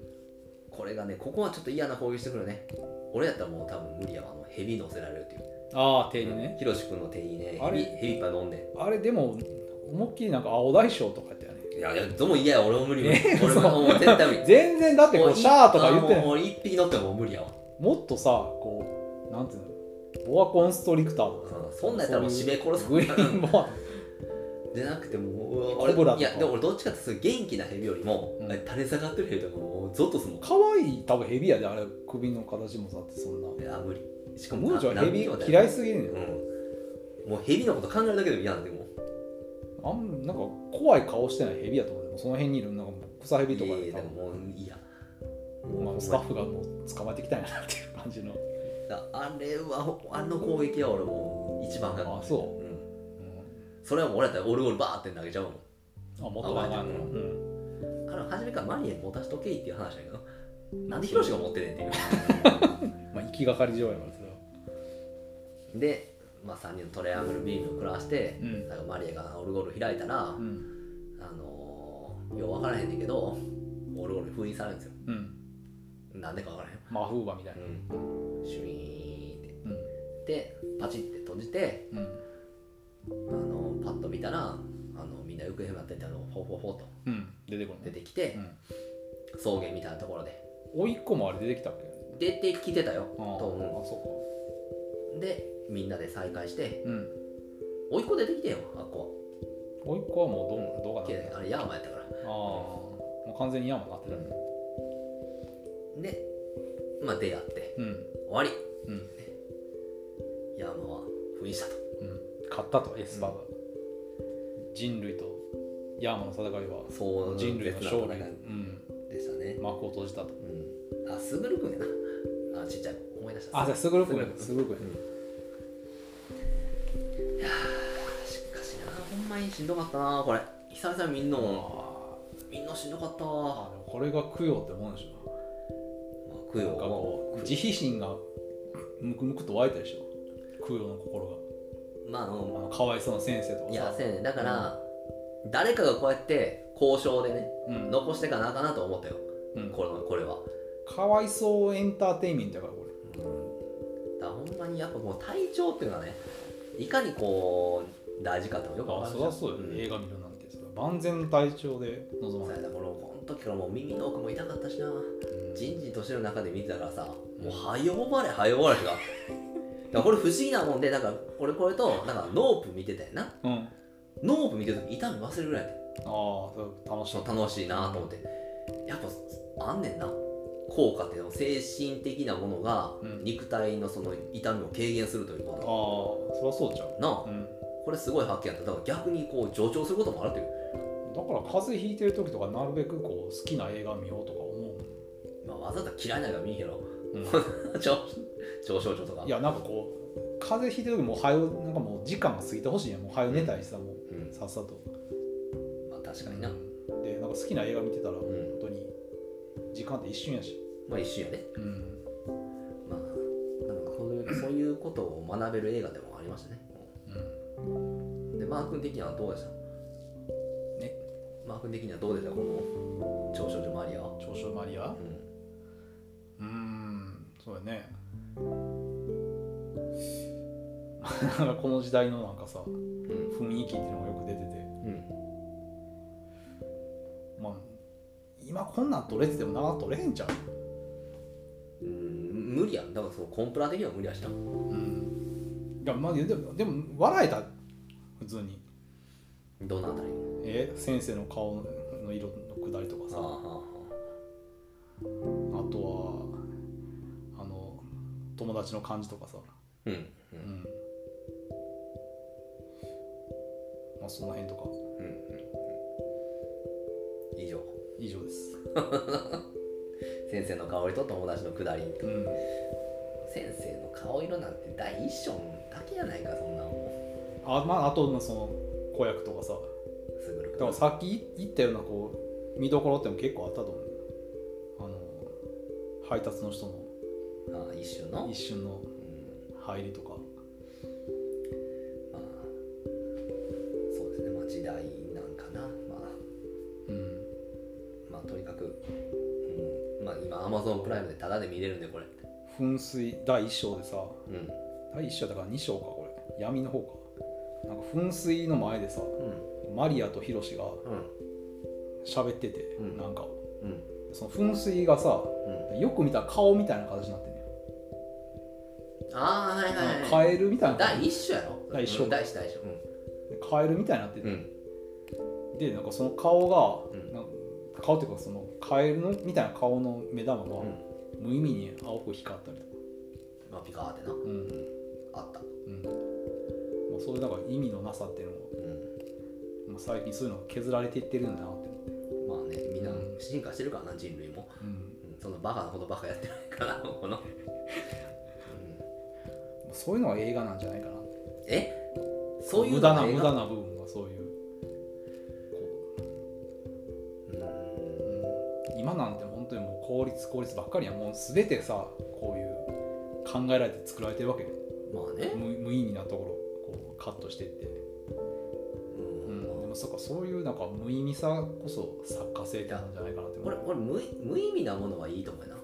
これがねここはちょっと嫌な攻撃してくるね俺やったらもう多分無理やわあのヘビ乗せられるっていうああ手にね、ヒロシ君の手にねあヘれビヘビいっぱい飲んであれでも思いっきりなんか青大将とかやったよねいやいやどうも嫌や俺も無理無理え俺ももう絶対無理全然だってこもうシャーとか言ってあないもう俺一匹乗ってももう無理やわもっとさこうなんていうのボアコンストリクターとかさうんそんなんやったらもう締め殺すグリーンボアでなくてもう俺コブラといかやでも俺どっちかってそういう元気なヘビよりも、うん垂れ下がってるヘビとかもうゾッとするもん可愛い多分ヘビやであれ首の形もさってそんないや無理しかもムージョはヘビ何匹も嫌いすぎるねんうんもうヘビのこと考えるだけでも嫌なんでもうあんなんか怖い顔してないヘビやと思うでその辺にいるなんか草ヘビとかいやいでやで多分ももういいやまあ、スタッフがもう捕まえてきたんやなっていう感じの、だあれはあの攻撃は俺もう一番あそん、うんそれはもう俺やったらオルゴールバーって投げちゃうもんあもっと長いな、あまあでもうんあの初めからマリエ持たしとけいっていう話だけどなんでヒロシが持ってねんっていうまあ、行きがかり上やからそれはで、まあ、3人のトレアングルビームを食らわして、うんなんかマリアがオルゴール開いたら、うんあのーよう分からへんねんけどオルゴールに封印されるんですようんなんでか分からへん、マフーバみたいなシュイーンってうんでパチって閉じて、うんあのパッと見たらあのみんな行方不明になっててあのフォフォフォとうん出てこな出い、てきてう、ん、草原みたいなところでおいっ子もあれ出てきたっけ出てきてたよあとあ思あそうでみんなで再会してうかうん「おいっ子出てきてよあっこおいっ子はもうどうもどうはかなきれいあれヤーマンやったから」ああもう完全に山になってたねでまあ出会ってうん終わりうんヤーマンは封印したとうん勝ったとエスパーが、人類とヤーマの戦いはそう人類の勝利、でうん、したね、幕を閉じたとうん、あすぐるくんやなあちっちゃい子思い出したあじゃあすぐるくんくすぐるくんいやーしかしなほんまにしんどかったなこれ久々にみんなもあみんなしんどかったあわ、でもこれが供養ってもんでしょまあ、供養なんかこうは自費心がむくむくと湧いたでしょ供養の心がまあああののかわいそうな先生とかさいやせやねんだから、誰かがこうやって交渉でねうん残してかなあかんなと思ったようんこれこれは、かわいそうエンターテインメントやからこうん、だからほんまにやっぱこう体調っていうのはねいかにこう大事かってのがよくれわあかるじゃそりゃんそうよね、ん映画見るなんてそれは万全の体調で臨そうまなやい、だから俺この時からもう耳の奥も痛かったしなうんじんじんとしてる中で見てたからさもうはよばれはよばれしか だからこれ不思議なもんでなんか俺これとなんかノープ見てたよなうんあノープ見てる時痛み忘れるぐらいやであそう楽しちかょっったと楽しいなと思ってやっぱあんねんな効果っていうの精神的なものがうん肉体のその痛みを軽減するというああこそりゃそうちゃとう、なあうん、これすごい発見やっただから逆にこう助長することもあるという、だから風邪ひいてる時とかなるべくこう好きな映画見ようとか思まあ、わざと嫌いなのが見えへんけどう、うん 上上昇調とかいやなんかこう風邪ひいてる時もうはよなんかもう時間が過ぎてほしいやんもうはよ寝たりさもううんさっさとまあ確かにな、うんでなんか好きな映画見てたら本ん当に時間って一瞬やし、まあ一瞬やねうん、まあなんかこういうそういうことを学べる映画でもありましたねでマー君的にはどうでしたえマー君的にはどうでしたこの「長少女マリア」は長所マリアうんうーんそうだね この時代のなんかさうん雰囲気っていうのがよく出ててうんまあ今こんなん撮れててもなかなか撮れへんちゃううん無理やんだからそのコンプラ的には無理やしたうんいやまあでもでも笑えた普通にどのあたりえ先生の顔の色のくだりとかさああああとはあの友達の感じとかさあうんううんんまあその辺とかうんうん以上以上です先生の顔色と友達のくだりうん先生の顔色なんて第一章だけやないかそんなもんあまああとのその子役とかさうんすぐるだからさっき言ったようなこう見どころっても結構あったと思うあの配達の人のあ一種の一瞬のうん入りとかまあそうですねまあ時代なんかなまあうんまあとにかく、うん、まあ今アマゾンプライムでタダで見れるんでこれ噴水第1章でさうん第1章だから2章かこれ闇の方かなんか噴水の前でさうんマリアとヒロシがうん喋ってて、うんなんかうんその噴水がさうんよく見たら顔みたいな形になってんねああはいはいはいカエルみたいな第感じ一章やろ第一章うん第一第一章カエルみたいになってうて、んでなんかその顔が、うんなんか顔っていうかそのカエルのみたいな顔の目玉が、うん、うん無意味に青く光ったりとか、まあピカーってな、うんあったうんまあ、そういうなんか意味のなさっていうのが、うんまあ、最近そういうのが削られていってるんだなって思って、まあねみんなうん進化してるからな人類も、うんうん、そのバカなことバカやってないから この、うん、まあそういうのが映画なんじゃないかなえそういう無の駄なが無映画駄な部分がそういううんうん今なんて本当にもう効率効率ばっかりやんもう全てさこういう考えられて作られてるわけよまあね、無無意味なところをこうカットしていって、ううんん、でもそっかそういうなんか無意味さこそ作家性ってなんじゃないかなって思俺う俺無い無意味なものはいいと思うな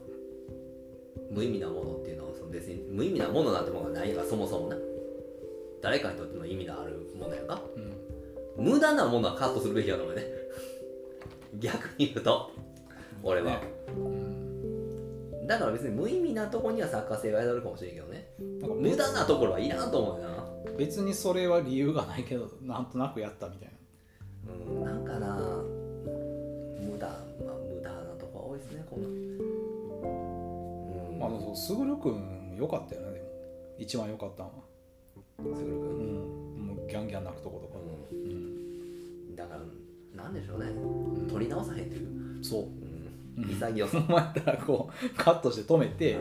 無意味なものっていうのはその別に無意味なものなんてものがないがそもそもな誰かにとっての意味のあるものやんかうん無駄なものはカットするべきやと思うね 逆に言うと俺はねうんだから別に無意味なとこには作家性が宿るかもしれんけどねなんか無駄なところはいらんと思うよな別にそれは理由がないけどなんとなくやったみたいなうんなんかな無駄まあ無駄なとこは多いですねこんなうんまあでもそう卓君よかったよねでも一番良かったんは卓君うんもうギャンギャン泣くとことかううん、んだからなんでしょうねうん取り直さへんという、そううん、 潔おさ、前ったらこうカットして止めて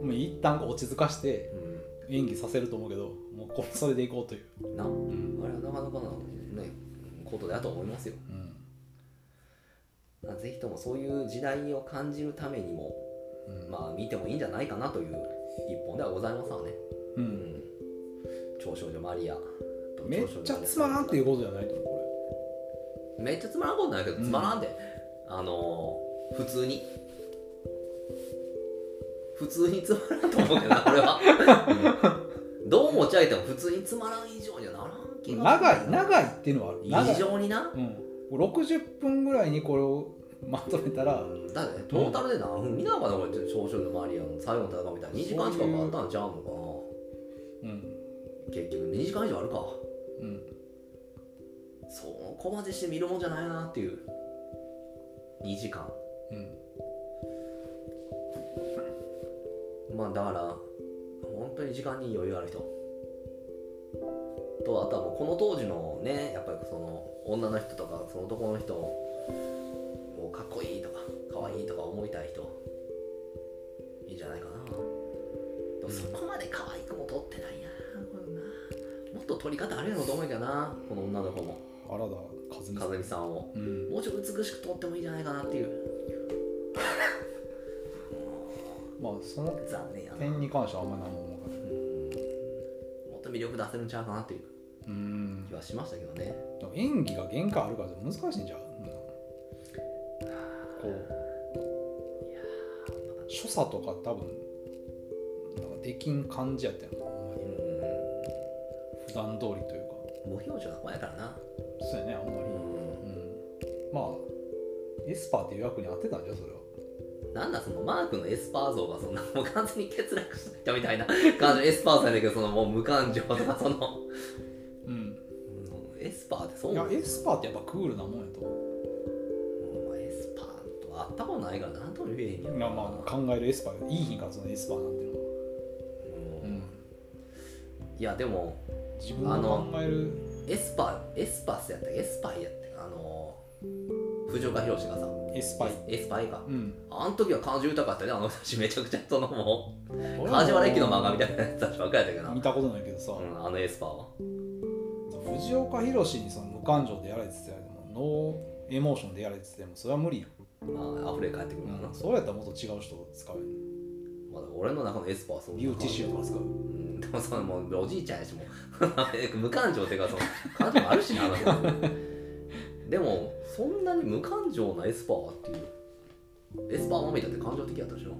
うもう一旦落ち着かしてん演技させると思うけどもうこれそれでいこうという、なうあんれはなかなかな、ね、ことだと思いますようんまあぜひともそういう時代を感じるためにもうんまあ見てもいいんじゃないかなという一本ではございますわね、う、うんん、長少女マリアとめっちゃつまらんっていうことじゃないと思うこめっちゃつまらんことないけどうんつまらんで、あのー普通に普通につまらんと思うけど な俺は、うんどう持ち上げても普通につまらん以上にはならん気れが長い長いいっていうのはある異長い、常になうん、60分ぐらいにこれをまとめたらだってねトータルで何分見ながらこれ少々のマリアの最後の戦いみたいな2時間近くあったんちゃうのうんかな結局2時間以上あるかうんそこまでして見るもんじゃないなっていう2時間うんまあだから本当に時間に余裕ある人とあとはもうこの当時のねやっぱりその女の人とかその男の人をかっこいいとかかわいいとか思いたい人いいんじゃないかなでもそこまで可愛くも撮ってないなこれなもっと撮り方あるやろと思うけどなこの女の子も原田和美さん風見さんをうんもうちょっと美しく撮ってもいいんじゃないかなっていうまあその残念やな点に関してはあんまり何も思わなかっうんもっと魅力出せるんちゃうかなっていうたうん気はしましたけどねでも演技が限界あるから難しいんじゃん、うんこういやーまだ所作とか多分なんかできん感じやったよなほんまに普段通りというか無表情な子やからな、そうやねあんまり、うん、まあエスパーっていう役に合ってたんじゃんそれはなんだそのマークのエスパー像がそんなもう完全に欠落してたみたいな感じのエスパー像やねんけどそのもう無感情とかその、うんエスパーってそういなやのエスパーってやっぱクールなもんやと思うんまあエスパーとは会ったことないからなんとも言えへんやうろいやなまあ考えるエスパーいい品からそのエスパーなんていうのは、ううんん、いやでも自分の考えるエスパーエスパスやったっけエスパイやったっけあのー藤岡弘がさエスパイエスパイかうんあの時は感情豊かやったねあの人たちめちゃくちゃそのもう梶梶原駅の漫画みたいなやつたちばっかりやったけどな見たことないけどさ、うん、あのエスパーは。藤岡弘にその無感情でやられてたよでもンのエモーションでやれててもそれは無理やん、まあ溢れ返ってくるからな、うん、それやったらもっと違う人を使うよねまあ、俺の中のエスパーはそうビューティッシュとか使ううんでもそのもうおじいちゃんやしもう 無感情っていうかその感情もあるしなあの 人でもそんなに無感情なエスパーっていうエスパーマミだって感情的やったでしょ、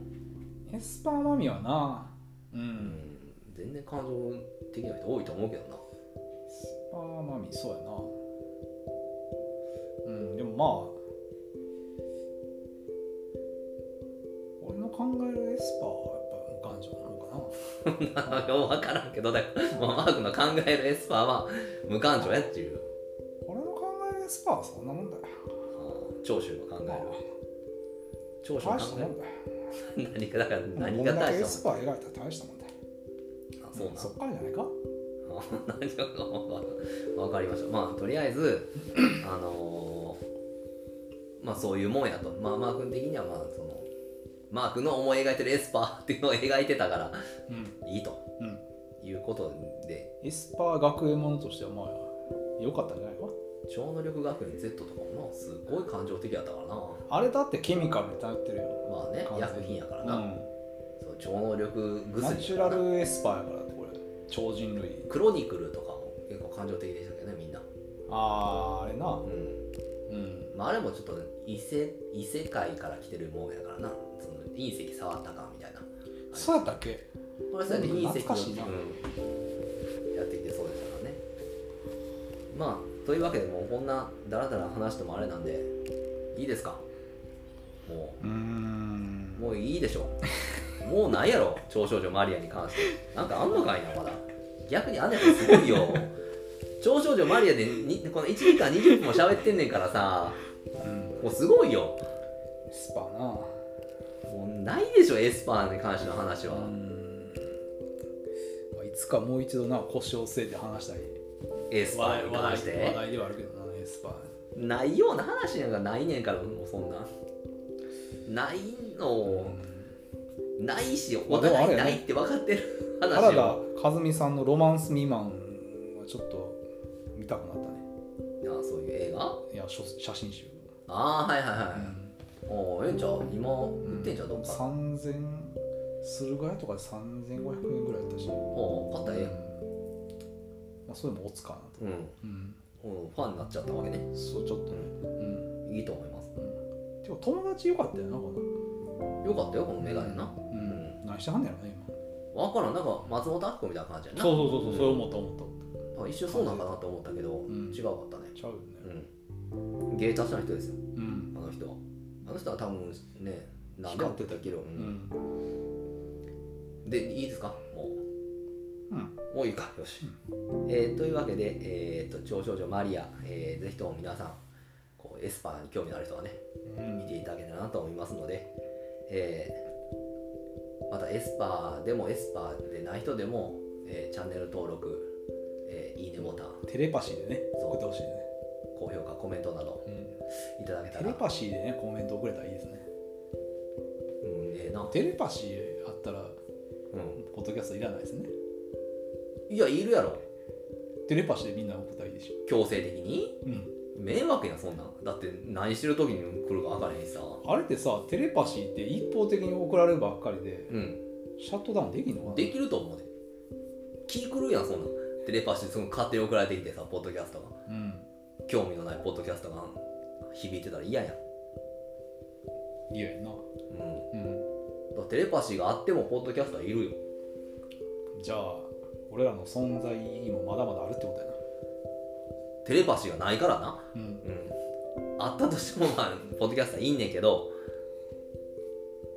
エスパーマミはなううんん、全然感情的な人多いと思うけどな エスパーマミそうやなうんでもまあ俺の考えるエスパーはやっぱ無感情なのかなよう分からんけどだからまあマークの考えるエスパーは無感情やっていう俺の考えるエスパーはそんなもんだよあー長州の考まあえる長州の大考したえもんだよる何がだから何こがんだ大けエしスたパー描いたら大したもんだよもんあそうなのそっからじゃないかあ何がわかりましたまあとりあえ ずあのーまあそういうもんやとまあマー君的にはまあそのマー君の思い描いてるエスパーっていうのを描いてたからうんいいとうんいうことでエスパー学園ものとしてはまあ良かったんじゃないか超能力学園 Z とかもなすごい感情的やったからなあれだってケミカルに頼ってるよまあね完全に薬品やからな、うそう超能力んナ薬チュやラからなルエスパーやからってこれ超人類クロニクルとかも結構感情的でしたけどねみんなあああれなうんうんまあ、あれもちょっと異世異世界から来てるもんやからなその隕石触ったかみたいなそうやったっけこれそれで隕石懐かしいなうんやってきてそうでしたからねまあというわけでもうこんなダラダラ話してもあれなんでいいですかもううーんもういいでしょもう ないやろ超少女マリアに関してなんかあんのかいなまだ逆にあんのやったらすごいよ超少女マリアでにこの1時間20分も喋ってんねんからさうんもうすごいよエスパーなもうないでしょエスパーに関しての話は、うんまあいつかもう一度な腰を据えて話したりエスパーに関し話て題ではあるけどなエスパーないような話なんかないねんからもうそんなないのないしまおあでもあ互れいやねないって分かってる話原を田和美さんの「ロマンス未満」はちょっと見たくなったねいやそういう映画いや書写真集、ああはいはいはうい、んおおええんちゃう今売ってんじゃんどっか、 3000駿河屋とかで3500円ぐらいだったし、おお買ったらえうんまあ、それもおつかなと、えやんうん、うん、うん、ファンになっちゃったわけねそうちょっとねうんいいと思いますてか友達よかったよなこよかったよこののメガネな、うん、うん何してはんねやろね今分からんなんか松本明子みたいな感じやなそうそうそうそうそれ思った思ったあ一瞬そうなんかなと思ったけど、ん違うかったねちゃうよねうん、芸達者の人ですようんあの人はあの人は多分ね何でも光ってたけど、ううんんでいいですかもううんもういいかよし、えーというわけで、えー、と超少女マリア、えーぜひとも皆さんこうエスパーに興味のある人はね見ていただけたらなと思いますので、えーまたエスパーでもエスパーでない人でも、えーチャンネル登録、えーいいねボタンテレパシーでね送ってほしいね、高評価コメントなどうんいただけたテらレパシーでねコメント送れたらいいですねうんええな、テレパシーあったらうん、ポッドキャストいらないですねいやいるやろテレパシーでみんな送ったらいいでし強制的にょ、うん、迷惑やんそんなんだって何してる時に来るか分からへんしさあれってさテレパシーって一方的に送られるばっかりでうんシャットダウンできんのかなできると思うで気狂うやんそんなんテレパシーすぐ勝手に送られてきてさポッドキャストがうん興味のないポッドキャストが響いてたら嫌やん、いややなうん、だうんからテレパシーがあってもポッドキャストはいるよじゃあ俺らの存在意義もまだまだあるってことやなテレパシーがないからなうんうんあったとしてもまあポッドキャストはいいんねんけど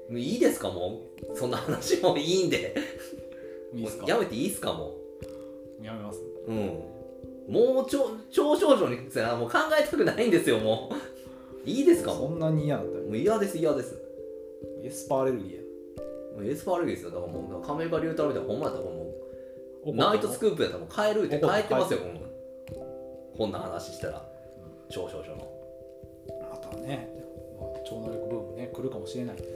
もういいですかもうそんな話もういいんでいいっすかもうやめていいっすかもうやめますうん、もう超超少女についてはもう考えたくないんですよもういいですかそもんなに嫌なんだうよもう嫌です嫌ですエスパーアレルギーやもうエスパーアレルギーですよだからもう亀場龍太郎みたいなほんまやったらも怒うってもナイトスクープやったらもう帰るって怒って帰ってますよ、うんこんな話したら超少女のまたね、まあ、超能力ブームね来るかもしれないんでね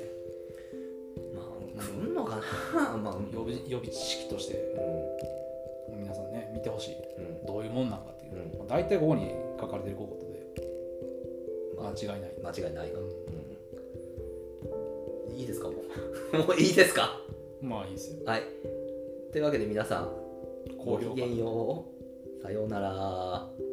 まあ来んのかなまあうん予備予備知識として皆さんね見てほしいうんどういうもんなんかっていう、うんまあ、大体ここに書かれてることでまあ間違いない間違いないが、ううんいいですかもうもういいですかまあいいですよはいというわけで皆さんご高評き価げんようさようなら